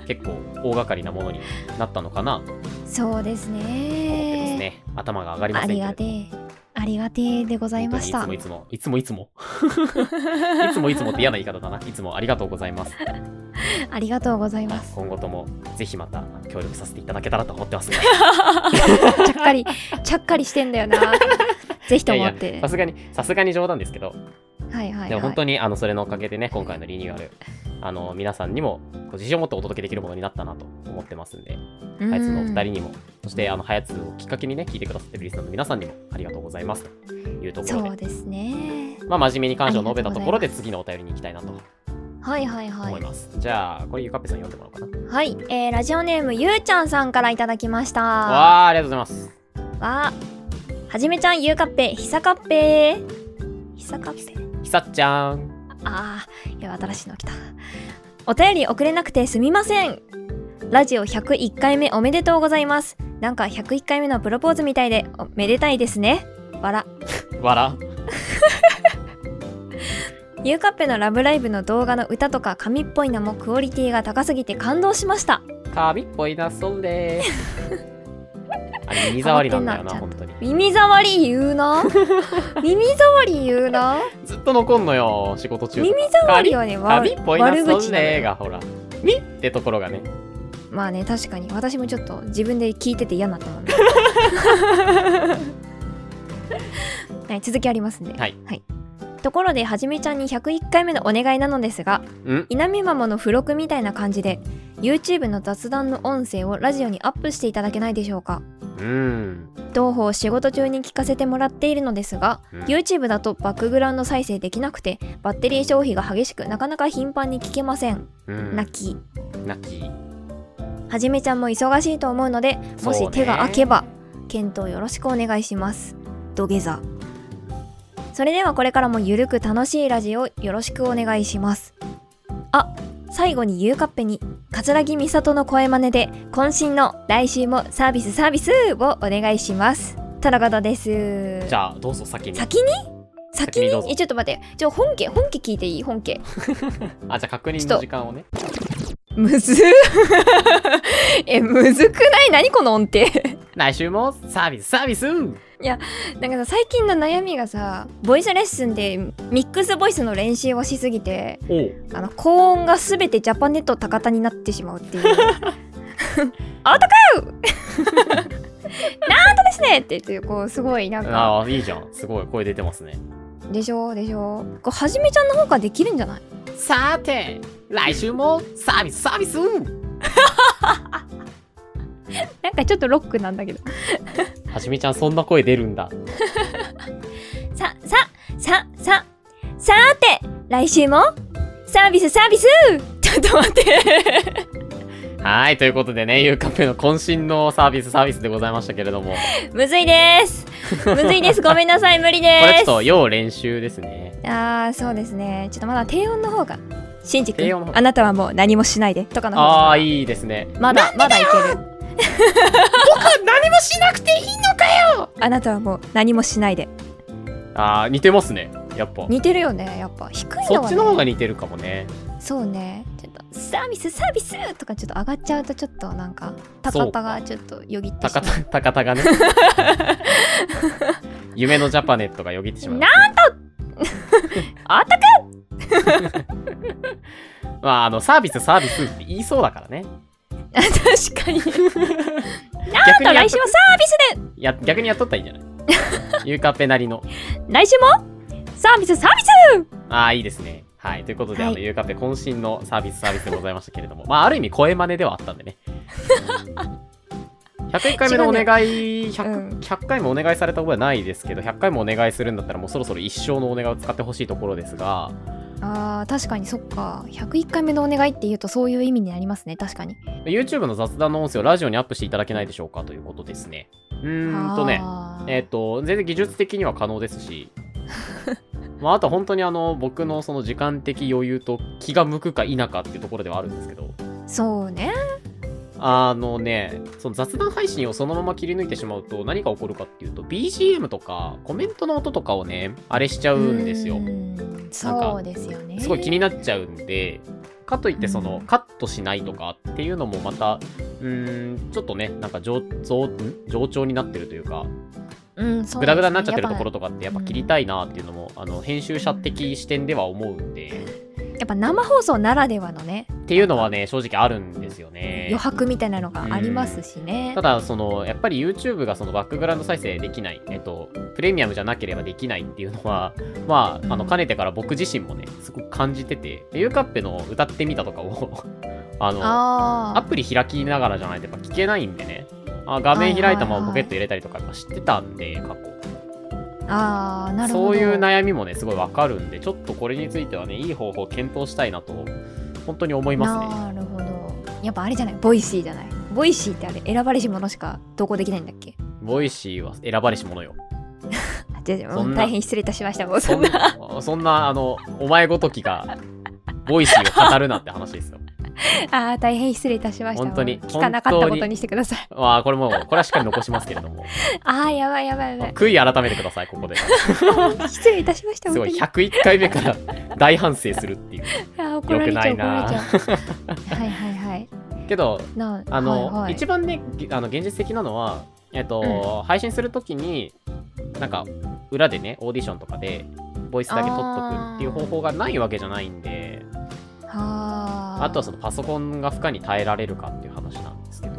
Speaker 1: 結構大掛かりなものになったのかなと思って
Speaker 2: そうです
Speaker 1: です
Speaker 2: ね
Speaker 1: ね。頭が上がりま
Speaker 2: あ
Speaker 1: せん
Speaker 2: り
Speaker 1: けれ
Speaker 2: が
Speaker 1: ど
Speaker 2: て。えありがてえでございました
Speaker 1: 本当にいつもいつもい [LAUGHS] つもいつもいつもいつもって嫌な言い方だな。いつもありがとうございます。
Speaker 2: ありがとうございます。
Speaker 1: 今後ともぜひまた協力させていただけたらと思って
Speaker 2: [LAUGHS]
Speaker 1: ますね。
Speaker 2: ちゃっかり、ちゃっかりしてんだ
Speaker 1: [LAUGHS]
Speaker 2: よな。ぜひと思って。
Speaker 1: さすがにさすがに冗談ですけど、
Speaker 2: はいはい、はい。
Speaker 1: でも本当にあのそれのおかげでね今回のリニューアルあの皆さんにもこう自信を持ってお届けできるものになったなと思ってますんで。
Speaker 2: うん
Speaker 1: ハヤツのお二人にも、そしてあのハヤツをきっかけにね、聞いてくださってるリスナーの皆さんにもありがとうございますというところ
Speaker 2: そ
Speaker 1: で、
Speaker 2: うですね。
Speaker 1: まあ、真面目に感謝を述べたところで
Speaker 2: ありがとうございます
Speaker 1: 次のお便りに行きたいなと
Speaker 2: はいはいは
Speaker 1: 思い
Speaker 2: い。
Speaker 1: ます。じゃあ、これゆかっぺさん読んでもらおうかな。
Speaker 2: はい、えー、ラジオネームゆうちゃんさんからいただきました。わ
Speaker 1: わあ、ありがとうございます。
Speaker 2: あ。はじめちゃん、ゆうかっぺ、ひさかっぺ。ひさかっぺ。
Speaker 1: ひさっちゃん。
Speaker 2: あーいや新しいの来たお便り遅れなくてすみませんラジオ101回目おめでとうございますなんか101回目のプロポーズみたいでおめでたいですねわら
Speaker 1: わら。
Speaker 2: ゆうかっぺのラブライブの動画の歌とか神っぽいのもクオリティが高すぎて感動しました
Speaker 1: 髪っぽいな、そん
Speaker 2: [LAUGHS]
Speaker 1: で。あれ、耳障りなんだよな、
Speaker 2: 変わ
Speaker 1: 本
Speaker 2: っ
Speaker 1: 当に。
Speaker 2: 耳障り言
Speaker 1: [LAUGHS]
Speaker 2: うな耳障り言うな
Speaker 1: ずっと残んのよ、仕事中。
Speaker 2: 耳障りはねわ
Speaker 1: 髪っぽいな、
Speaker 2: 悪
Speaker 1: そ
Speaker 2: 口
Speaker 1: ん
Speaker 2: なの
Speaker 1: で
Speaker 2: よ
Speaker 1: が、ほら。みってところがね。
Speaker 2: まあね確かに私もちょっと自分で聞いてて嫌になったもんね
Speaker 1: [LAUGHS]
Speaker 2: はい続きありますね
Speaker 1: はい、
Speaker 2: ところではじめちゃんに101回目のお願いなのですが
Speaker 1: うん。
Speaker 2: 稲見ママの付録みたいな感じで YouTube の雑談の音声をラジオにアップしていただけないでしょうか
Speaker 1: うん。
Speaker 2: 同方仕事中に聞かせてもらっているのですが
Speaker 1: うん
Speaker 2: YouTube だとバックグラウンド再生できなくてバッテリー消費が激しくなかなか頻繁に聞けません
Speaker 1: うん
Speaker 2: 泣き
Speaker 1: 泣き。
Speaker 2: はじめちゃんも忙しいと思うのでも
Speaker 1: そう
Speaker 2: し
Speaker 1: ね
Speaker 2: 手が空けば検討よろしくお願いします土下座それではこれからもゆるく楽しいラジオをよろしくお願いしますあ最後にゆうかっぺに桂木美里の声真似で渾身の来週もサービスサービスをお願いしますとのことです
Speaker 1: じゃあ、どうぞ先に。
Speaker 2: 先に
Speaker 1: 先
Speaker 2: 先
Speaker 1: に
Speaker 2: に
Speaker 1: どうぞ
Speaker 2: えちょっと待ってじゃあ本家本家聞いていい本家
Speaker 1: あ、じゃあ確認
Speaker 2: ちょ
Speaker 1: の
Speaker 2: っと
Speaker 1: 時間をね。
Speaker 2: むず [LAUGHS] えむずくない何この音程
Speaker 1: 来週もサービス、サービス
Speaker 2: なんかさ最近の悩みがさボイスレッスンでミックスボイスの練習をしすぎて
Speaker 1: おう
Speaker 2: あの高音が全てジャパネット高田になってしまうっていうアウトか [LAUGHS] よなんとですねって言ってこうすごいなんか
Speaker 1: ああ、いいじゃん。すごい、声出てますね。
Speaker 2: でしょでしょこうはじめちゃんの方ができるんじゃない
Speaker 1: さて、来週もサービス、サービス
Speaker 2: なんかちょっとロックなんだけど
Speaker 1: はじめちゃん、そんな声出るんだ。
Speaker 2: さ、さ、さ、さ、さーて、来週も、サービスサービスちょっと待って。 [LAUGHS]
Speaker 1: はい、ということでね、ゆうかっぺの渾身のサービス、サービスでございましたけれども、こ
Speaker 2: むずいです。むずいです。ごめんなさい。無理です。
Speaker 1: れちょっと要練習ですね。
Speaker 2: あー、そうですね。ちょっとまだ低音の方が。しんじ君
Speaker 1: 低音の方
Speaker 2: あなたはもう何もしないで。とかの方が
Speaker 1: ああ、いいですね。
Speaker 2: まだ、まだい
Speaker 1: [LAUGHS]
Speaker 2: ける。
Speaker 1: 何もしなくていい
Speaker 2: あなたはもう何もしないで。
Speaker 1: ああ、似てますね。やっぱ。
Speaker 2: 似てるよね、やっぱ。低いの
Speaker 1: そ
Speaker 2: は、
Speaker 1: っ
Speaker 2: ね
Speaker 1: ち、の方が似てるかもね。
Speaker 2: そうね。ちょっと、サービスサービスとかちょっと上がっちゃうと、ちょっとなんか、
Speaker 1: そう
Speaker 2: 高田がちょっとよぎってし
Speaker 1: 高
Speaker 2: まう。
Speaker 1: 田、高田が
Speaker 2: [LAUGHS]
Speaker 1: ね。夢のジャパネットがよぎってしまいます [LAUGHS]
Speaker 2: なんとあったか [LAUGHS]
Speaker 1: まあ、あの、サービス、サービスって言いそうだからね。
Speaker 2: 確かに
Speaker 1: 逆にやっ
Speaker 2: 来
Speaker 1: と
Speaker 2: 週もサービスで
Speaker 1: や逆にやっとったら
Speaker 2: [LAUGHS]
Speaker 1: いいんじゃないゆうかっぺなりの。
Speaker 2: 来週もサービスサービス
Speaker 1: ああ、いいですね。はい。ということで、
Speaker 2: はい
Speaker 1: あの、ゆうかっぺ渾身のサービスサービスでございましたけれども、まあ、ある意味、声真似ではあったんで
Speaker 2: [LAUGHS]
Speaker 1: ね。101回目のお願い、
Speaker 2: うん
Speaker 1: 100, 100回もお願いされた覚えはないですけど、100回もお願いするんだったら、もうそろそろ一生のお願いを使ってほしいところですが、
Speaker 2: あー確かにそっか101回目のお願いっていうとそういう意味になりますね確かに
Speaker 1: YouTube の雑談の音声をラジオにアップしていただけないでしょうかということですね。うーんとね、
Speaker 2: あー
Speaker 1: えっ、と、全然技術的には可能ですし、まあ、あと本当にあの、僕のその時間的余裕と気が向くか否かっていうところではあるんですけど、
Speaker 2: そうね
Speaker 1: あのね、その雑談配信をそのまま切り抜いてしまうと何が起こるかっていうと、BGM とかコメントの音とかをね、あれしちゃうんですよ
Speaker 2: う。ーんそうですよね
Speaker 1: すごい気になっちゃうんで、かといってその、
Speaker 2: うん
Speaker 1: カットしないとかっていうのもまた、うーん、ちょっとね、なんか上、上、上調になってるというか、
Speaker 2: うんそ
Speaker 1: グ
Speaker 2: うですね
Speaker 1: ダグダになっちゃってるところ
Speaker 2: や
Speaker 1: とかってやっぱ切りたいなっていうのも、あの編集者的視点では思うんで、
Speaker 2: っぱやっぱ生放送ならではのね
Speaker 1: っていうのはね正直あるんですよね
Speaker 2: 余。白みたいなのがありますしね
Speaker 1: ただそのやっぱり YouTube がそのバックグラウンド再生できない、えっと、プレミアムじゃなければできないっていうのは [LAUGHS] まああの
Speaker 2: うん
Speaker 1: かねてから僕自身もねすごく感じててでゆうかっぺの歌ってみたとかを [LAUGHS] あの
Speaker 2: あ
Speaker 1: アプリ開きながらじゃないとやっぱ聞けないんでねあ画面開いたままポケット入れたりとかやっぱ知ってたんで過去。
Speaker 2: ーあーなるほど
Speaker 1: そういう悩みもねすごいわかるんでちょっとこれについてはねいい方法を検討したいなと本当に思いますね
Speaker 2: なるほどやっぱあれじゃないボイシーじゃないボイシーってあれ選ばれし者しか投稿できないんだっけ
Speaker 1: ボイシーは選ばれし者よ
Speaker 2: あじゃあ
Speaker 1: そんな
Speaker 2: 大変失礼いたしましたもう
Speaker 1: そ
Speaker 2: そ
Speaker 1: ん
Speaker 2: んな
Speaker 1: なそんなあのお前ごときがボイシーを語るなって話ですよ
Speaker 2: あー大変失礼いたしました
Speaker 1: 本当に
Speaker 2: もう聞かなかったこ
Speaker 1: 本当
Speaker 2: と
Speaker 1: に
Speaker 2: にしてください
Speaker 1: まあこれもこれはしっかり残しますけれども
Speaker 2: あーやばいやばいやばい
Speaker 1: 悔い改めてくださいここです
Speaker 2: 失礼いたしました本
Speaker 1: ご
Speaker 2: 当
Speaker 1: い
Speaker 2: に
Speaker 1: 101回目から大反省するっていう
Speaker 2: あー怒ら
Speaker 1: 良く
Speaker 2: れちゃう怒
Speaker 1: ない
Speaker 2: られち
Speaker 1: な
Speaker 2: ゃうはいはいはい
Speaker 1: けど
Speaker 2: な
Speaker 1: あの、
Speaker 2: はいはい
Speaker 1: 一番ねげあの現実的なのは、えっと配信するときになんか裏でねオーディションとかでボイスだけ取っとくっていう方法がないわけじゃないんで
Speaker 2: は
Speaker 1: あとはそ
Speaker 2: の
Speaker 1: のパソコンが負荷に耐えられるかっていう話なんですけど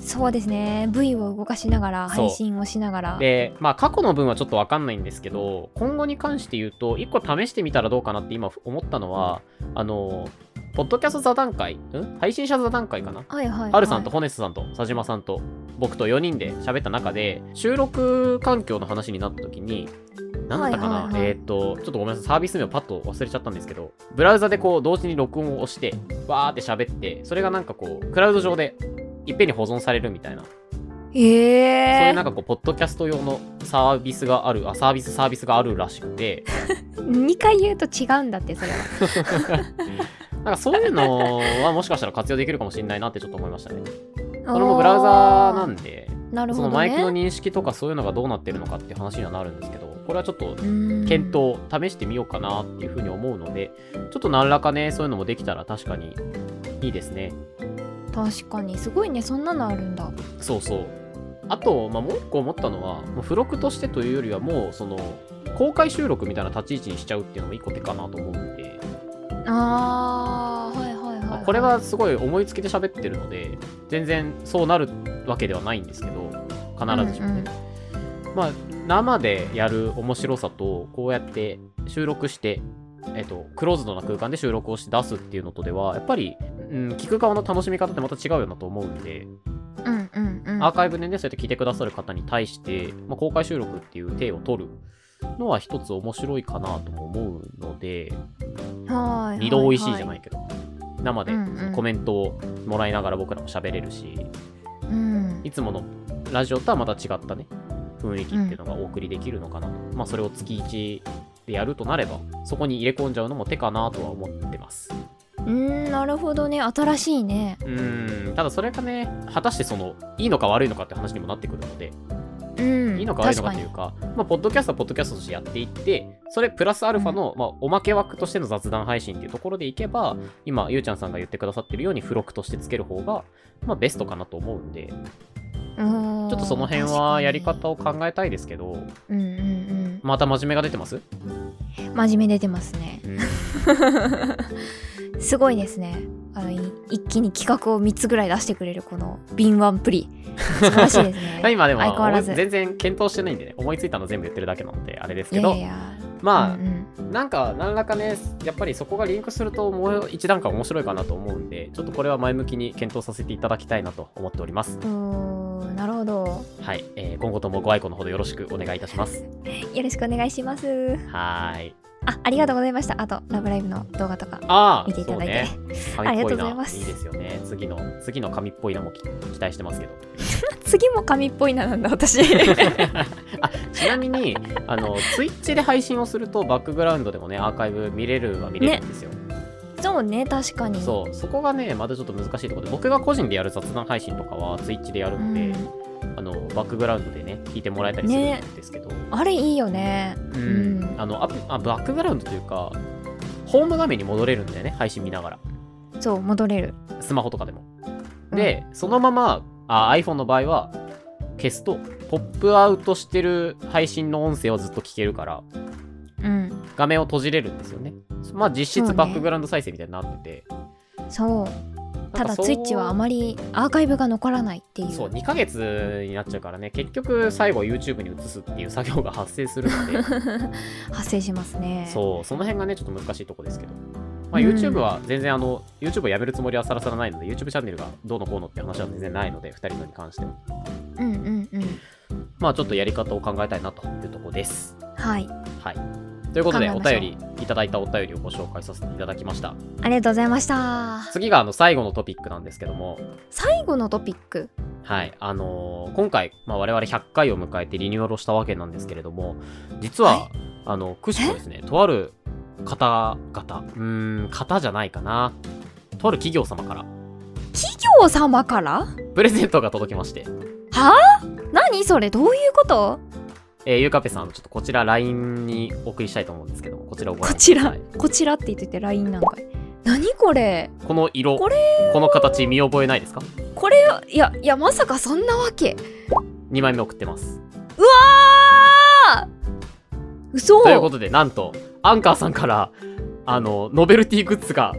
Speaker 2: そうですね V を動かしながら
Speaker 1: そう
Speaker 2: 配信をしながら
Speaker 1: でまあ過去の分はちょっとわかんないんですけど今後に関して言うと一個試してみたらどうかなって今思ったのはあのポッドキャスト座談会ん配信者座談会かな
Speaker 2: はいはい、はい、
Speaker 1: ハルさんとホネスさんと佐島さんと僕と4人で喋った中で収録環境の話になった時に何だったかな、
Speaker 2: はいはいはい
Speaker 1: えーっ、とちょっとごめんなさいサービス名をパッと忘れちゃったんですけどブラウザでこう同時に録音を押してわーって喋ってそれがなんかこうクラウド上でいっぺんに保存されるみたいな、そう
Speaker 2: え
Speaker 1: い
Speaker 2: え
Speaker 1: うなんかこうポッドキャスト用のサービスがあるあサービスサービスがあるらしくて
Speaker 2: 2回言うと違うんだってそれは
Speaker 1: なんかそういうのはもしかしたら活用できるかもしれないなってちょっと思いました
Speaker 2: [LAUGHS]
Speaker 1: ね
Speaker 2: こ
Speaker 1: それもブラウザーなんで
Speaker 2: なる
Speaker 1: そ
Speaker 2: ほど、
Speaker 1: の
Speaker 2: ね、
Speaker 1: マイクの認識とかそういうのがどうなってるのかっていう話にはなるんですけどこれはちょっと
Speaker 2: うん
Speaker 1: 検討試してみようかなっていうふうに思うのでちょっと何らかねそういうのもできたら確かにいいですね
Speaker 2: 確かにすごいねそんなのあるんだ
Speaker 1: そうそうあと、まあ、もう一個思ったのはもう付録としてというよりはもうその公開収録みたいな立ち位置にしちゃうっていうのも一個手かなと思うんで、
Speaker 2: あーはいはいはい、
Speaker 1: ま
Speaker 2: は
Speaker 1: あ
Speaker 2: い、
Speaker 1: これはすごい思いつきで喋ってるので全然そうなるわけではないんですけど必ずしもね、
Speaker 2: うんうん
Speaker 1: まあ、生でやる面白さとこうやって収録して、えっと、クローズドな空間で収録をして出すっていうのとではやっぱり、うん、聞く側の楽しみ方ってまた違うよなと思うんで、
Speaker 2: うんうんうん
Speaker 1: アーカイブでねそうやって聞いてくださる方に対して、まあ、公開収録っていう体を取るのは一つ面白いかなとも思うので
Speaker 2: はいはい
Speaker 1: 二度おいしいじゃ
Speaker 2: は
Speaker 1: ないけど、生で
Speaker 2: うんうん
Speaker 1: そのコメントをもらいながら僕らも喋れるし、
Speaker 2: うん
Speaker 1: いつものラジオとはまた違ったね、雰囲気っていうのがお送りできるのかなと。まあ、それを月1でやるとなれば、そこに入れ込んじゃうのも手かなとは思ってます。
Speaker 2: うんなるほどね新しいね
Speaker 1: うーん、ただそれがね、果たしてその、いいのか悪いのかって話にもなってくるので、
Speaker 2: うん
Speaker 1: いいのか悪いのかと
Speaker 2: 確
Speaker 1: いうか、まあ、ポッドキャストはポッドキャストとしてやっていって、それプラスアルファの、まあ、おまけ枠としての雑談配信っていうところでいけば、今、ゆうちゃんさんが言ってくださってるように、付録としてつける方が、まあ、ベストかなと思うんで、
Speaker 2: ちょ
Speaker 1: ちょっとその辺はやり方を考えたいですけど、
Speaker 2: うんうん
Speaker 1: また真面目が出てます
Speaker 2: うん真面目出てますね
Speaker 1: うん
Speaker 2: すごいですねあのい一気に企画を3つぐらい出してくれるこの敏腕プリ素晴らしいで
Speaker 1: [LAUGHS]
Speaker 2: すね
Speaker 1: 今でも
Speaker 2: 相変わらず
Speaker 1: 全然検討してないんでね思いついたの全部言ってるだけなのであれです
Speaker 2: い
Speaker 1: け
Speaker 2: やい
Speaker 1: ど
Speaker 2: やいや
Speaker 1: ま
Speaker 2: うん
Speaker 1: あなんか何らかねやっぱりそこがリンクするともう一段階面白いかなと思うんでちょっとこれは前向きに検討させていただきたいなと思っております
Speaker 2: うん、うーんなるほど
Speaker 1: はい、えー今後ともご愛顧のほどよろしくお願いいたします
Speaker 2: よろしくお願いします
Speaker 1: はーい
Speaker 2: あありがとうございましたあと「ラブライブ!」の動画とか
Speaker 1: ああ
Speaker 2: 見ていただいて、
Speaker 1: そうね
Speaker 2: あ
Speaker 1: 紙っ
Speaker 2: りが
Speaker 1: ぽい
Speaker 2: と
Speaker 1: う
Speaker 2: ござい
Speaker 1: な
Speaker 2: ます
Speaker 1: いいですよね次の次の紙っぽいなもき期待してますけど
Speaker 2: 次も神っぽいななん
Speaker 1: [LAUGHS]
Speaker 2: だ私
Speaker 1: あちなみにあのツイッチで配信をするとバックグラウンドでもねアーカイブ見れるは見れるんですよ、
Speaker 2: そうね確かに
Speaker 1: そうそこがねまたちょっと難しいところで僕が個人でやる雑談配信とかはツイッチでやるので、
Speaker 2: ん
Speaker 1: あのバックグラウンドでね聞いてもらえたりするんですけど、
Speaker 2: あれいいよね
Speaker 1: うん
Speaker 2: ん
Speaker 1: あのアプあバックグラウンドというかホーム画面に戻れるんだよね配信見ながら
Speaker 2: そう戻れる
Speaker 1: スマホとかでもで、そのままあ iPhone の場合は消すとポップアウトしてる配信の音声をずっと聞けるから
Speaker 2: うん
Speaker 1: 画面を閉じれるんですよね。まあ実
Speaker 2: そう
Speaker 1: 質
Speaker 2: ね
Speaker 1: バックグラウンド再生みたいになってて。
Speaker 2: そ
Speaker 1: なん
Speaker 2: う
Speaker 1: か
Speaker 2: ただ
Speaker 1: そう
Speaker 2: ツイッチはあまりアーカイブが残らないっていう
Speaker 1: そう、2ヶ月になっちゃうからね、結局最後 YouTube に移すっていう作業が発生する
Speaker 2: [LAUGHS]
Speaker 1: ので、
Speaker 2: 発生しますね
Speaker 1: そう、その辺がね、ちょっと難しいとこですけど。まあ、
Speaker 2: うん
Speaker 1: YouTube は全然あの、YouTube をやめるつもりはさらさらないので、YouTube チャンネルがどうのこうのって話は全然ないので、2人のに関しては。
Speaker 2: ううんうんうん
Speaker 1: まあちょっとやり方を考えたいなというとこです。
Speaker 2: はい
Speaker 1: はい。ということで、
Speaker 2: 考え
Speaker 1: お
Speaker 2: ましょう
Speaker 1: 便り、いただいたお便りをご紹介させていただきました。
Speaker 2: ありがとうございました
Speaker 1: 次があの、最後のトピックなんですけども、
Speaker 2: 最後のトピック
Speaker 1: はい、あのー今回、まあ、我々100回を迎えてリニューアルをしたわけなんですけれども実は、
Speaker 2: は
Speaker 1: あのくしくもですねとある方々うーん方じゃないかなとある企業様から
Speaker 2: 企業様から
Speaker 1: プレゼントが届きまして、
Speaker 2: 何それどういうこと
Speaker 1: えーゆうかぺさんちょっとこちら LINE にお送りしたいと思うんですけどもこちらをご覧
Speaker 2: こ
Speaker 1: く
Speaker 2: ち
Speaker 1: だ
Speaker 2: ら
Speaker 1: さい
Speaker 2: こちらって言ってて LINE なんか何これ
Speaker 1: この色
Speaker 2: こ
Speaker 1: この形見覚えないですか
Speaker 2: これいやいやまさかそんなわけ
Speaker 1: 2枚目送ってます
Speaker 2: うわー嘘
Speaker 1: ということでなんとアンカーさんからあのノベルティグッズ
Speaker 2: [LAUGHS]
Speaker 1: が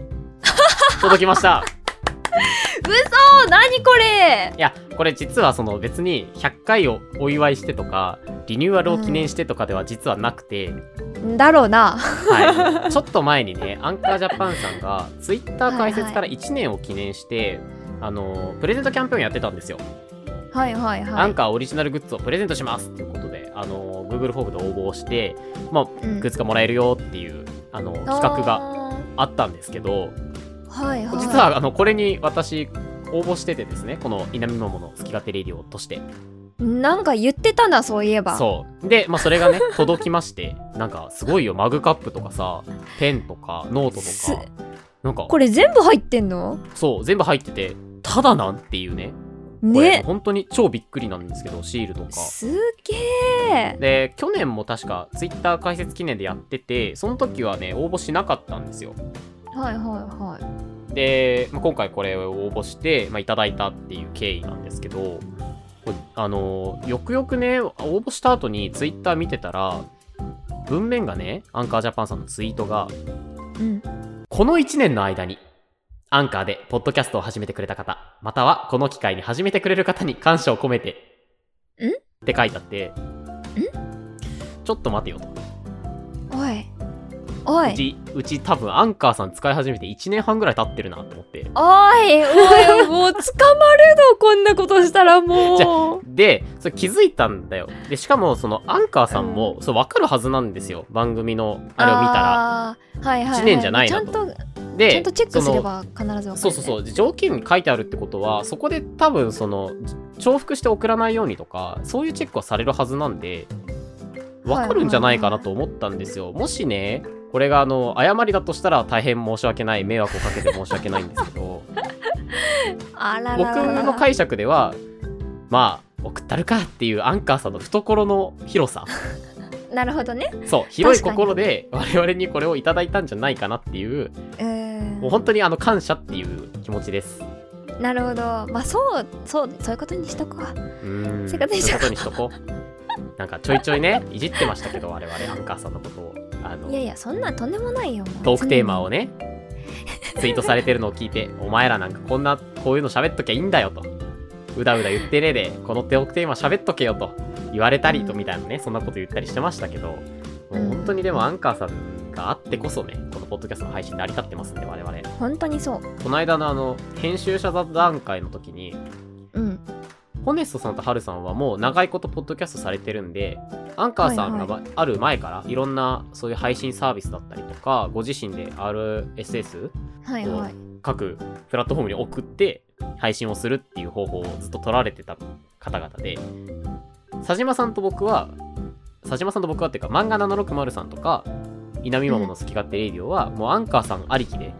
Speaker 1: 届きました
Speaker 2: 嘘何これ
Speaker 1: いやこれ実はその別に100回をお祝いしてとかリニューアルを記念してとかでは実はなくて、
Speaker 2: だろうな [LAUGHS]
Speaker 1: はい、ちょっと前にねアンカージャパンさんがツイッター開設から1年を記念して、あのプレゼントキャンペーンをやってたんですよ、
Speaker 2: はいはいはい
Speaker 1: アンカーオリジナルグッズをプレゼントしますということであの Google フォームで応募をして、まあ、
Speaker 2: うん
Speaker 1: グッズがもらえるよっていうあの企画が
Speaker 2: あ
Speaker 1: あったんですけど
Speaker 2: ーはいはい
Speaker 1: 実はあのこれに私応募しててですねこの「稲見桃の好き勝手レディオ」として
Speaker 2: なんか言ってたなそういえば
Speaker 1: そうで、まあ、それがね [LAUGHS] 届きましてなんかすごいよマグカップとかさペンとかノー
Speaker 2: す
Speaker 1: トとかなんか
Speaker 2: これ全部入ってんの
Speaker 1: そう全部入っててただなんていうねこれ
Speaker 2: ね
Speaker 1: 本当に超びっくりなんですけどシールとか
Speaker 2: すげえ
Speaker 1: で去年も確かツイッター開設記念でやっててその時はね応募しなかったんですよ
Speaker 2: はいはいはい
Speaker 1: で、まあ、今回これを応募して、まあ、いただいたっていう経緯なんですけどこれあのよくよくね応募した後にツイッター見てたら文面がねアンカージャパンさんのツイートが
Speaker 2: うん
Speaker 1: この1年の間に、アンカーでポッドキャストを始めてくれた方、またはこの機会に始めてくれる方に感謝を込めて、
Speaker 2: ん
Speaker 1: って書いてあって、ちょっと待てよと。
Speaker 2: おいお
Speaker 1: う
Speaker 2: い
Speaker 1: ち、うち多分アンカーさん使い始めて1年半ぐらい経ってるなと思って。
Speaker 2: おい
Speaker 1: [LAUGHS]
Speaker 2: おいもう捕まるのこんなことしたら
Speaker 1: じ
Speaker 2: もう
Speaker 1: で、それ気づいたんだよ。で、しかもそのアンカーさんも、そう分かるはずなんですよ。番組のあれを見たら。
Speaker 2: あーはいはい、はい、
Speaker 1: 一年じゃない
Speaker 2: ち
Speaker 1: な
Speaker 2: ゃ
Speaker 1: と
Speaker 2: んと
Speaker 1: で、
Speaker 2: ちゃんとチェックす
Speaker 1: そ
Speaker 2: れ
Speaker 1: の
Speaker 2: ば必ずわかる、ね、
Speaker 1: そうそうそう条件書いてあるってことはそこで多分その重複して送らないようにとかそういうチェックはされるはずなんで分かるんじゃないかなと思ったんですよ、もしねこれがあの誤りだとしたら大変申し訳ない迷惑をかけて申し訳ないんですけ
Speaker 2: [LAUGHS]
Speaker 1: ど
Speaker 2: あらら
Speaker 1: 僕
Speaker 2: らら
Speaker 1: の解釈ではまあ送ったるかっていうアンカーさんの懐の広さ
Speaker 2: なるほどね
Speaker 1: そう広い心で我々にこれをいただいたんじゃないかなっていう
Speaker 2: うーん
Speaker 1: もう本当にあの感謝っていう気持ちです。
Speaker 2: なるほどまあそうそうそういうことにしとくわ
Speaker 1: うん
Speaker 2: せっかくでしょ
Speaker 1: そういうことにしとこう。なんかちょいちょいね、いじってましたけど、我々、アンカーさんのことを。あの
Speaker 2: いやいやそんなんとんでもないよ
Speaker 1: トークテーマを
Speaker 2: ね
Speaker 1: ね、ツイートされてるのを聞いて、お前らなんかこんな、こういうの喋っときゃいいんだよと。うだうだ言ってねえで、このトークテーマ喋っとけよと言われたりと、
Speaker 2: うん
Speaker 1: みたいなね、そんなこと言ったりしてましたけど、もう
Speaker 2: うん
Speaker 1: 本当にでもアンカーさんがあってこそね、このポッドキャストの配信成り立ってますんで、我々。
Speaker 2: 本当にそう
Speaker 1: この間のあの、編集者座談会の時に、
Speaker 2: うん
Speaker 1: ホネストさんとハルさんはもう長いことポッドキャストされてるんでアンカーさん
Speaker 2: はいは
Speaker 1: がある前からいろんなそういう配信サービスだったりとかご自身で RSS
Speaker 2: はいはい
Speaker 1: 各プラットフォームに送って配信をするっていう方法をずっと取られてた方々で佐島さんと僕は佐島さんと僕はっていうか漫画760さんとか稲見桃の好き勝手レイディオはもうアンカーさんありきで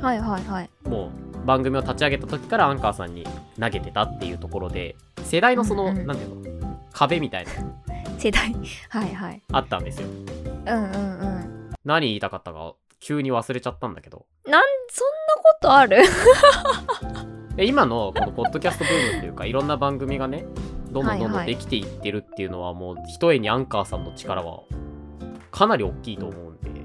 Speaker 2: はいはいはい
Speaker 1: もう番組を立ち上げた時からアンカーさんに投げてたっていうところで世代のその、
Speaker 2: うんうん
Speaker 1: なんていうの壁みたいなの
Speaker 2: 世代 [LAUGHS] はいはい
Speaker 1: あったんですよ
Speaker 2: うんうんうん
Speaker 1: 何言いたかったか急に忘れちゃったんだけど
Speaker 2: そんなことある
Speaker 1: で今のこのポッドキャストブームというかいろんな番組がねどんどんどん
Speaker 2: はい
Speaker 1: ど
Speaker 2: は
Speaker 1: ん
Speaker 2: い
Speaker 1: できていってるっていうのはもうひとえにアンカーさんの力はかなり大きいと思うんで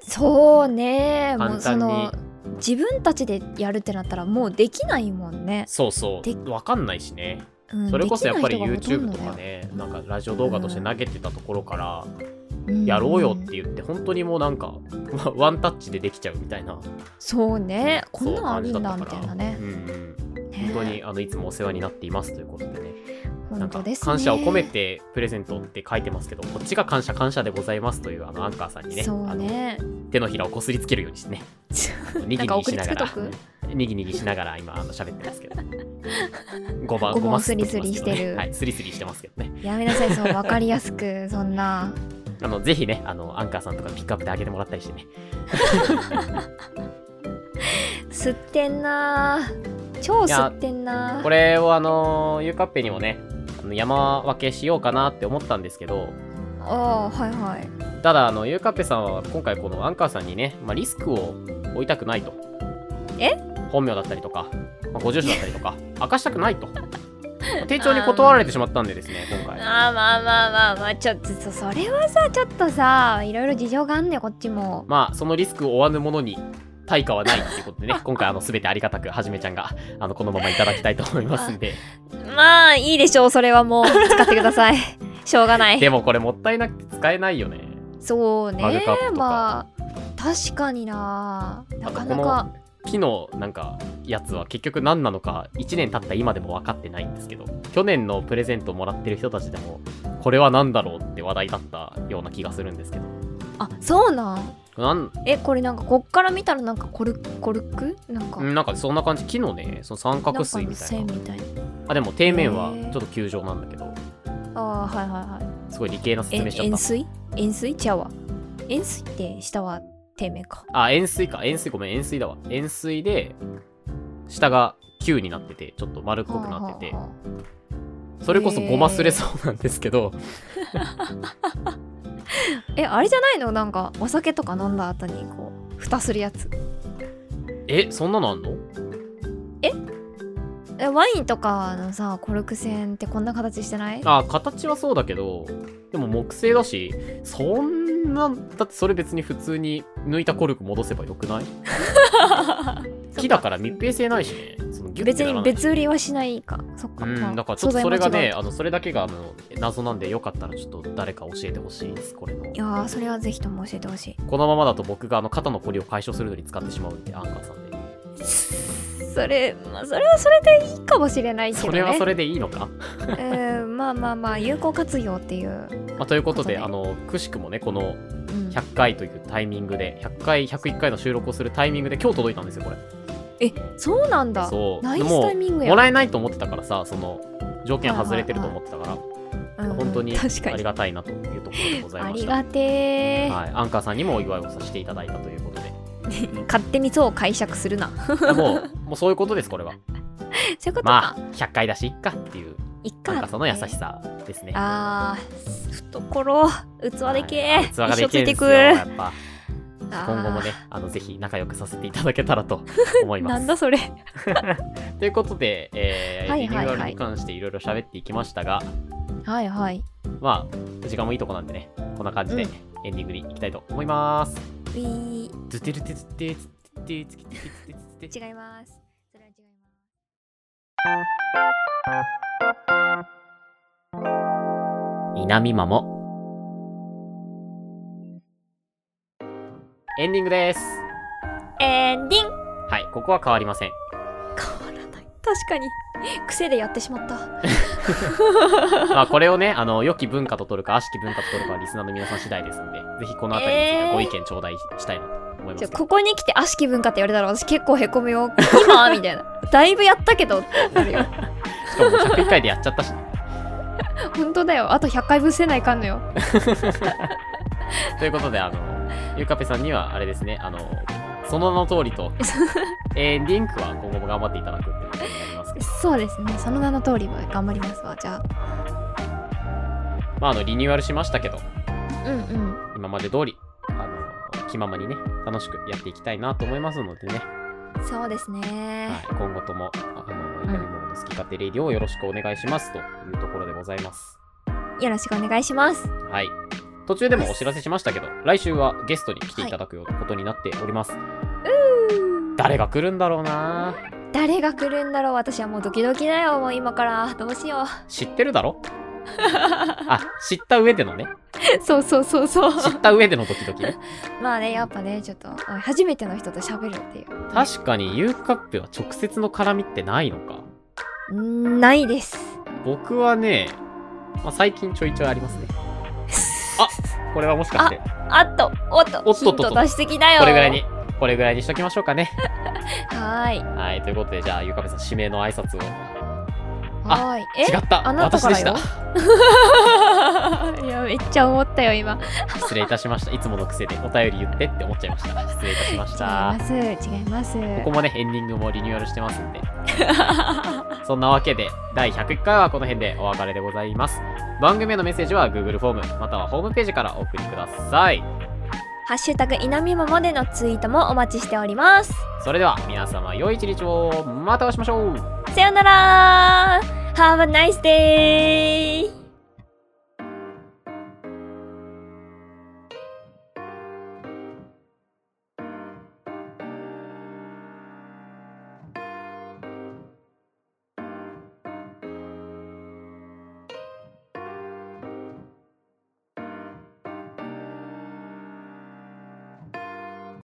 Speaker 2: そうねも
Speaker 1: 簡
Speaker 2: うそ
Speaker 1: 単に
Speaker 2: の自分たちでやるってなったらもうできないもんね、
Speaker 1: そうそ
Speaker 2: で
Speaker 1: うわかんないしね
Speaker 2: うん、
Speaker 1: それこそやっぱり
Speaker 2: できない
Speaker 1: YouTube
Speaker 2: 人がほ
Speaker 1: と
Speaker 2: と
Speaker 1: か
Speaker 2: んどだよ、
Speaker 1: ねなんかラジオ動画として投げてたところから
Speaker 2: ん
Speaker 1: やろうよって言って本当にもうなんか [LAUGHS] まワンタッチでできちゃうみたいな
Speaker 2: そうねこんなんあるん
Speaker 1: そう
Speaker 2: だ
Speaker 1: 感
Speaker 2: み
Speaker 1: じった
Speaker 2: い
Speaker 1: か
Speaker 2: な
Speaker 1: ら
Speaker 2: ね
Speaker 1: うんうん
Speaker 2: ね
Speaker 1: 本当にあのいつもお世話になっていますということでねなん
Speaker 2: 本
Speaker 1: か
Speaker 2: 当ですね
Speaker 1: 感謝を込めてプレゼントって書いてますけどこっちが感謝感謝でございますというあのアンカーさんにね
Speaker 2: そうね
Speaker 1: あの手のひらをこすりつけるようにしてねにぎ
Speaker 2: [LAUGHS] なん
Speaker 1: に
Speaker 2: か
Speaker 1: ぎし
Speaker 2: 送り
Speaker 1: な
Speaker 2: つ
Speaker 1: が
Speaker 2: けと
Speaker 1: ら
Speaker 2: く
Speaker 1: にぎにぎしながら今あの喋ってますけ
Speaker 2: [LAUGHS]
Speaker 1: ど5番
Speaker 2: ごぼう
Speaker 1: ごま
Speaker 2: スリスリしてる
Speaker 1: すっときますけどねはいスリスリしてますけどね
Speaker 2: やめなさいそう分かりや
Speaker 1: [LAUGHS]
Speaker 2: すくそんな
Speaker 1: あのぜひねあのアンカーさんとかピックアップであげてもらったりしてね
Speaker 2: 吸ってんなー超吸ってんな [LAUGHS] ー
Speaker 1: これをあのゆうかっぺにもねあの山分けしようかなって思ったんですけど
Speaker 2: ああはいはい
Speaker 1: ただあのゆうかっぺさんは今回このアンカーさんにね、まあ、リスクを追いたくないと
Speaker 2: え
Speaker 1: 本名だったりとか、まあご住所だったりとか明かしたくないと丁重に断られてしまったんでですね今回
Speaker 2: あーまあまあまあまあちょっとそそれはさちょっとさいろいろ事情があんねこっちも
Speaker 1: まあそのリスクを負わぬものに対価はないっていうことでね今回あの全てありがたくはじめちゃんがあのこのままいただきたいと思いますんで
Speaker 2: まあいいでしょうそれはもう使ってくだ [LAUGHS] さいしょうがない
Speaker 1: でもこれもったいなくて使えないよね
Speaker 2: そう
Speaker 1: マグ
Speaker 2: ね
Speaker 1: カップとか
Speaker 2: まあ確かにななかな
Speaker 1: あ
Speaker 2: か
Speaker 1: 木のなんかやつは結局何なのか1年経った今でも分かってないんですけど去年のプレゼントもらってる人たちでもこれは何だろうって話題だったような気がするんですけど
Speaker 2: あそうなん
Speaker 1: なん
Speaker 2: えこれなんかこっから見たらなんかコルコルクなんか
Speaker 1: なんかそんな感じ木のねその三角錐みたい
Speaker 2: ん
Speaker 1: な
Speaker 2: かの線みたいな
Speaker 1: あでも底面は
Speaker 2: へ
Speaker 1: ちょ
Speaker 2: ー
Speaker 1: っと球状なんだけど
Speaker 2: あーはいはいはい
Speaker 1: すごい理系な
Speaker 2: え
Speaker 1: 説明しちゃっ
Speaker 2: 円錐円錐ちゃうわ円錐って下は底面か
Speaker 1: たあ円錐か円錐ごめん円錐だわ円錐で下が球になっててちょっと丸っこくなってて
Speaker 2: はあはあはあ
Speaker 1: それこそごますれそうなんですけど
Speaker 2: えあれじゃないのなんかお酒とか飲んだ後にこう蓋するやつ
Speaker 1: えそんなのあんの
Speaker 2: えワインとかのさコルク栓ってこんな形してない [LAUGHS]
Speaker 1: あ形はそうだけどでも木製だしそんなだってそれ別に普通に抜いたコルク戻せばよくない木だから密閉性ないしねそのギュッ
Speaker 2: 別
Speaker 1: てなら
Speaker 2: に
Speaker 1: ない
Speaker 2: 別売りはしないかそっか、
Speaker 1: うんだからちょっとそれがねあのそれだけがあの謎なんでよかったらちょっと誰か教えてほしいですこれの
Speaker 2: いやーそれはぜひとも教えてほしい
Speaker 1: このままだと僕があの肩のこりを解消するのに使ってしまうんでアンカーさんで
Speaker 2: それ、まあ、それはそれでいいかもしれないけどね
Speaker 1: それはそれでいいのか、
Speaker 2: うんまあまあまあ有効活用っていう、
Speaker 1: まあ、ということで
Speaker 2: そう
Speaker 1: あ
Speaker 2: だね
Speaker 1: のくしくもねこの
Speaker 2: うん、
Speaker 1: 100回というタイミングで100回101回の収録をするタイミングで今日届いたんですよこれ
Speaker 2: えそうなんだ
Speaker 1: そう
Speaker 2: ナイ
Speaker 1: で
Speaker 2: ス
Speaker 1: も
Speaker 2: タイミングや
Speaker 1: もらえないと思ってたからさその条件外れてると思ってたから、
Speaker 2: うん
Speaker 1: 本当に
Speaker 2: 確か
Speaker 1: あり
Speaker 2: に
Speaker 1: がたいなというところでござい
Speaker 2: あ
Speaker 1: ま
Speaker 2: り
Speaker 1: した
Speaker 2: がてー、
Speaker 1: はい、アンカーさんにもお祝いをさせていただいたということ
Speaker 2: [LAUGHS]
Speaker 1: で
Speaker 2: 勝手にそう解釈するなそう
Speaker 1: もうもうそういうことですこれは
Speaker 2: いうことか、
Speaker 1: まあ100回だしいっかっていう
Speaker 2: いっ
Speaker 1: アン
Speaker 2: か
Speaker 1: カーさんの優しさですね
Speaker 2: あー懐器でけえ、
Speaker 1: はい器がで
Speaker 2: 一生つ
Speaker 1: けえん
Speaker 2: いて
Speaker 1: で
Speaker 2: い
Speaker 1: す
Speaker 2: く
Speaker 1: よやっぱ
Speaker 2: あー
Speaker 1: 今後もねあのぜひ仲良くさせていただけたら
Speaker 2: [LAUGHS]
Speaker 1: と思いま
Speaker 2: な
Speaker 1: す
Speaker 2: んだそれ
Speaker 1: ということで、えー
Speaker 2: はいはいはい
Speaker 1: リニューアルに関していろいろ喋っていきましたが
Speaker 2: はいはい
Speaker 1: まあ時間もいいとこなんでねこんな感じで
Speaker 2: うん
Speaker 1: エンディングに行きたいと思います、
Speaker 2: うい
Speaker 1: ドゥテルテツテツテツテツテツテツテツ
Speaker 2: 違いますそれは違います
Speaker 1: 南マモエンディングです
Speaker 2: エンディング
Speaker 1: はいここは変わりません
Speaker 2: 変わらない確かに癖でやってしまった
Speaker 1: まあこれをねあの良き文化と取るか悪しき文化と取るかはリスナーの皆さん次第ですのでぜひこのあたりについてはご意見頂戴したいなと思いま
Speaker 2: ち
Speaker 1: す
Speaker 2: ょここに来て悪しき文化って言われたら私結構へこむ [LAUGHS] よ今みたいなだいぶやったけどってなるよ
Speaker 1: しかも101回でやっちゃったしね、
Speaker 2: 本当だよあと100回分せないかんのよ
Speaker 1: ということであのゆうかぺさんにはあれですねあのその名の通りとエンディングは今後も頑張っていただくってことになりますけど
Speaker 2: そうですねその名の通りも頑張りますわじゃ
Speaker 1: まああのリニューアルしましたけど
Speaker 2: あうんうん
Speaker 1: 今まで通り、あの、気ままにね、楽しくやっていきたいなと思いますのでね、
Speaker 2: そうですね
Speaker 1: はい、今後とも、あの、稲荷桃の好き勝手レディオをよろしくお願いしますというところでございます。
Speaker 2: よろしくお願いします
Speaker 1: はい。途中でもお知らせしましたけど、来週はゲストに来ていただくようなことになっております。誰が来るんだろうな
Speaker 2: 誰が来るんだろう私はもうドキドキだよもう今からどう
Speaker 1: [LAUGHS]
Speaker 2: しよ
Speaker 1: 知ってるだろあ、知った上でのね。
Speaker 2: うそうそうそうそう
Speaker 1: 知った上でのドキド [LAUGHS] キね。
Speaker 2: [LAUGHS] まあねやっぱねちょっとうん初めての人と喋るっていう
Speaker 1: 確かに、ユーカップは直接の絡みってないのか。
Speaker 2: うんないです
Speaker 1: 僕はね、まあ、最近ちょいちょいありますね。あこれはもしかして、
Speaker 2: あっとおっと
Speaker 1: おっと
Speaker 2: ヒ
Speaker 1: っとっと
Speaker 2: ント出しすぎだよ
Speaker 1: これぐらいに、これぐらいにしときましょうかね。
Speaker 2: はーい
Speaker 1: はい、ということで、じゃあ、ゆうかべさん、指名の挨拶を。あ
Speaker 2: はーい
Speaker 1: 違った
Speaker 2: あなた
Speaker 1: 私
Speaker 2: か
Speaker 1: で
Speaker 2: ら
Speaker 1: し
Speaker 2: よ
Speaker 1: た。
Speaker 2: [LAUGHS] いやめっちゃ思ったよ今
Speaker 1: 失礼いたしました。いつもの癖でお便り言ってって思っちゃいました。失礼いたしまし
Speaker 2: 違い
Speaker 1: た
Speaker 2: ま。す違います
Speaker 1: ここもね、エンディングもリニューアルしてますんで。そんなわけで、第101回はこの辺でお別れでございます。番組へのメッセージは Google フォーム、またはホームページからお送りください。
Speaker 2: ハッシュタグいなみももでのツイートもお待ちしております
Speaker 1: それでは皆様良い一日をまたお会いしましょう
Speaker 2: さよなら Have a nice day!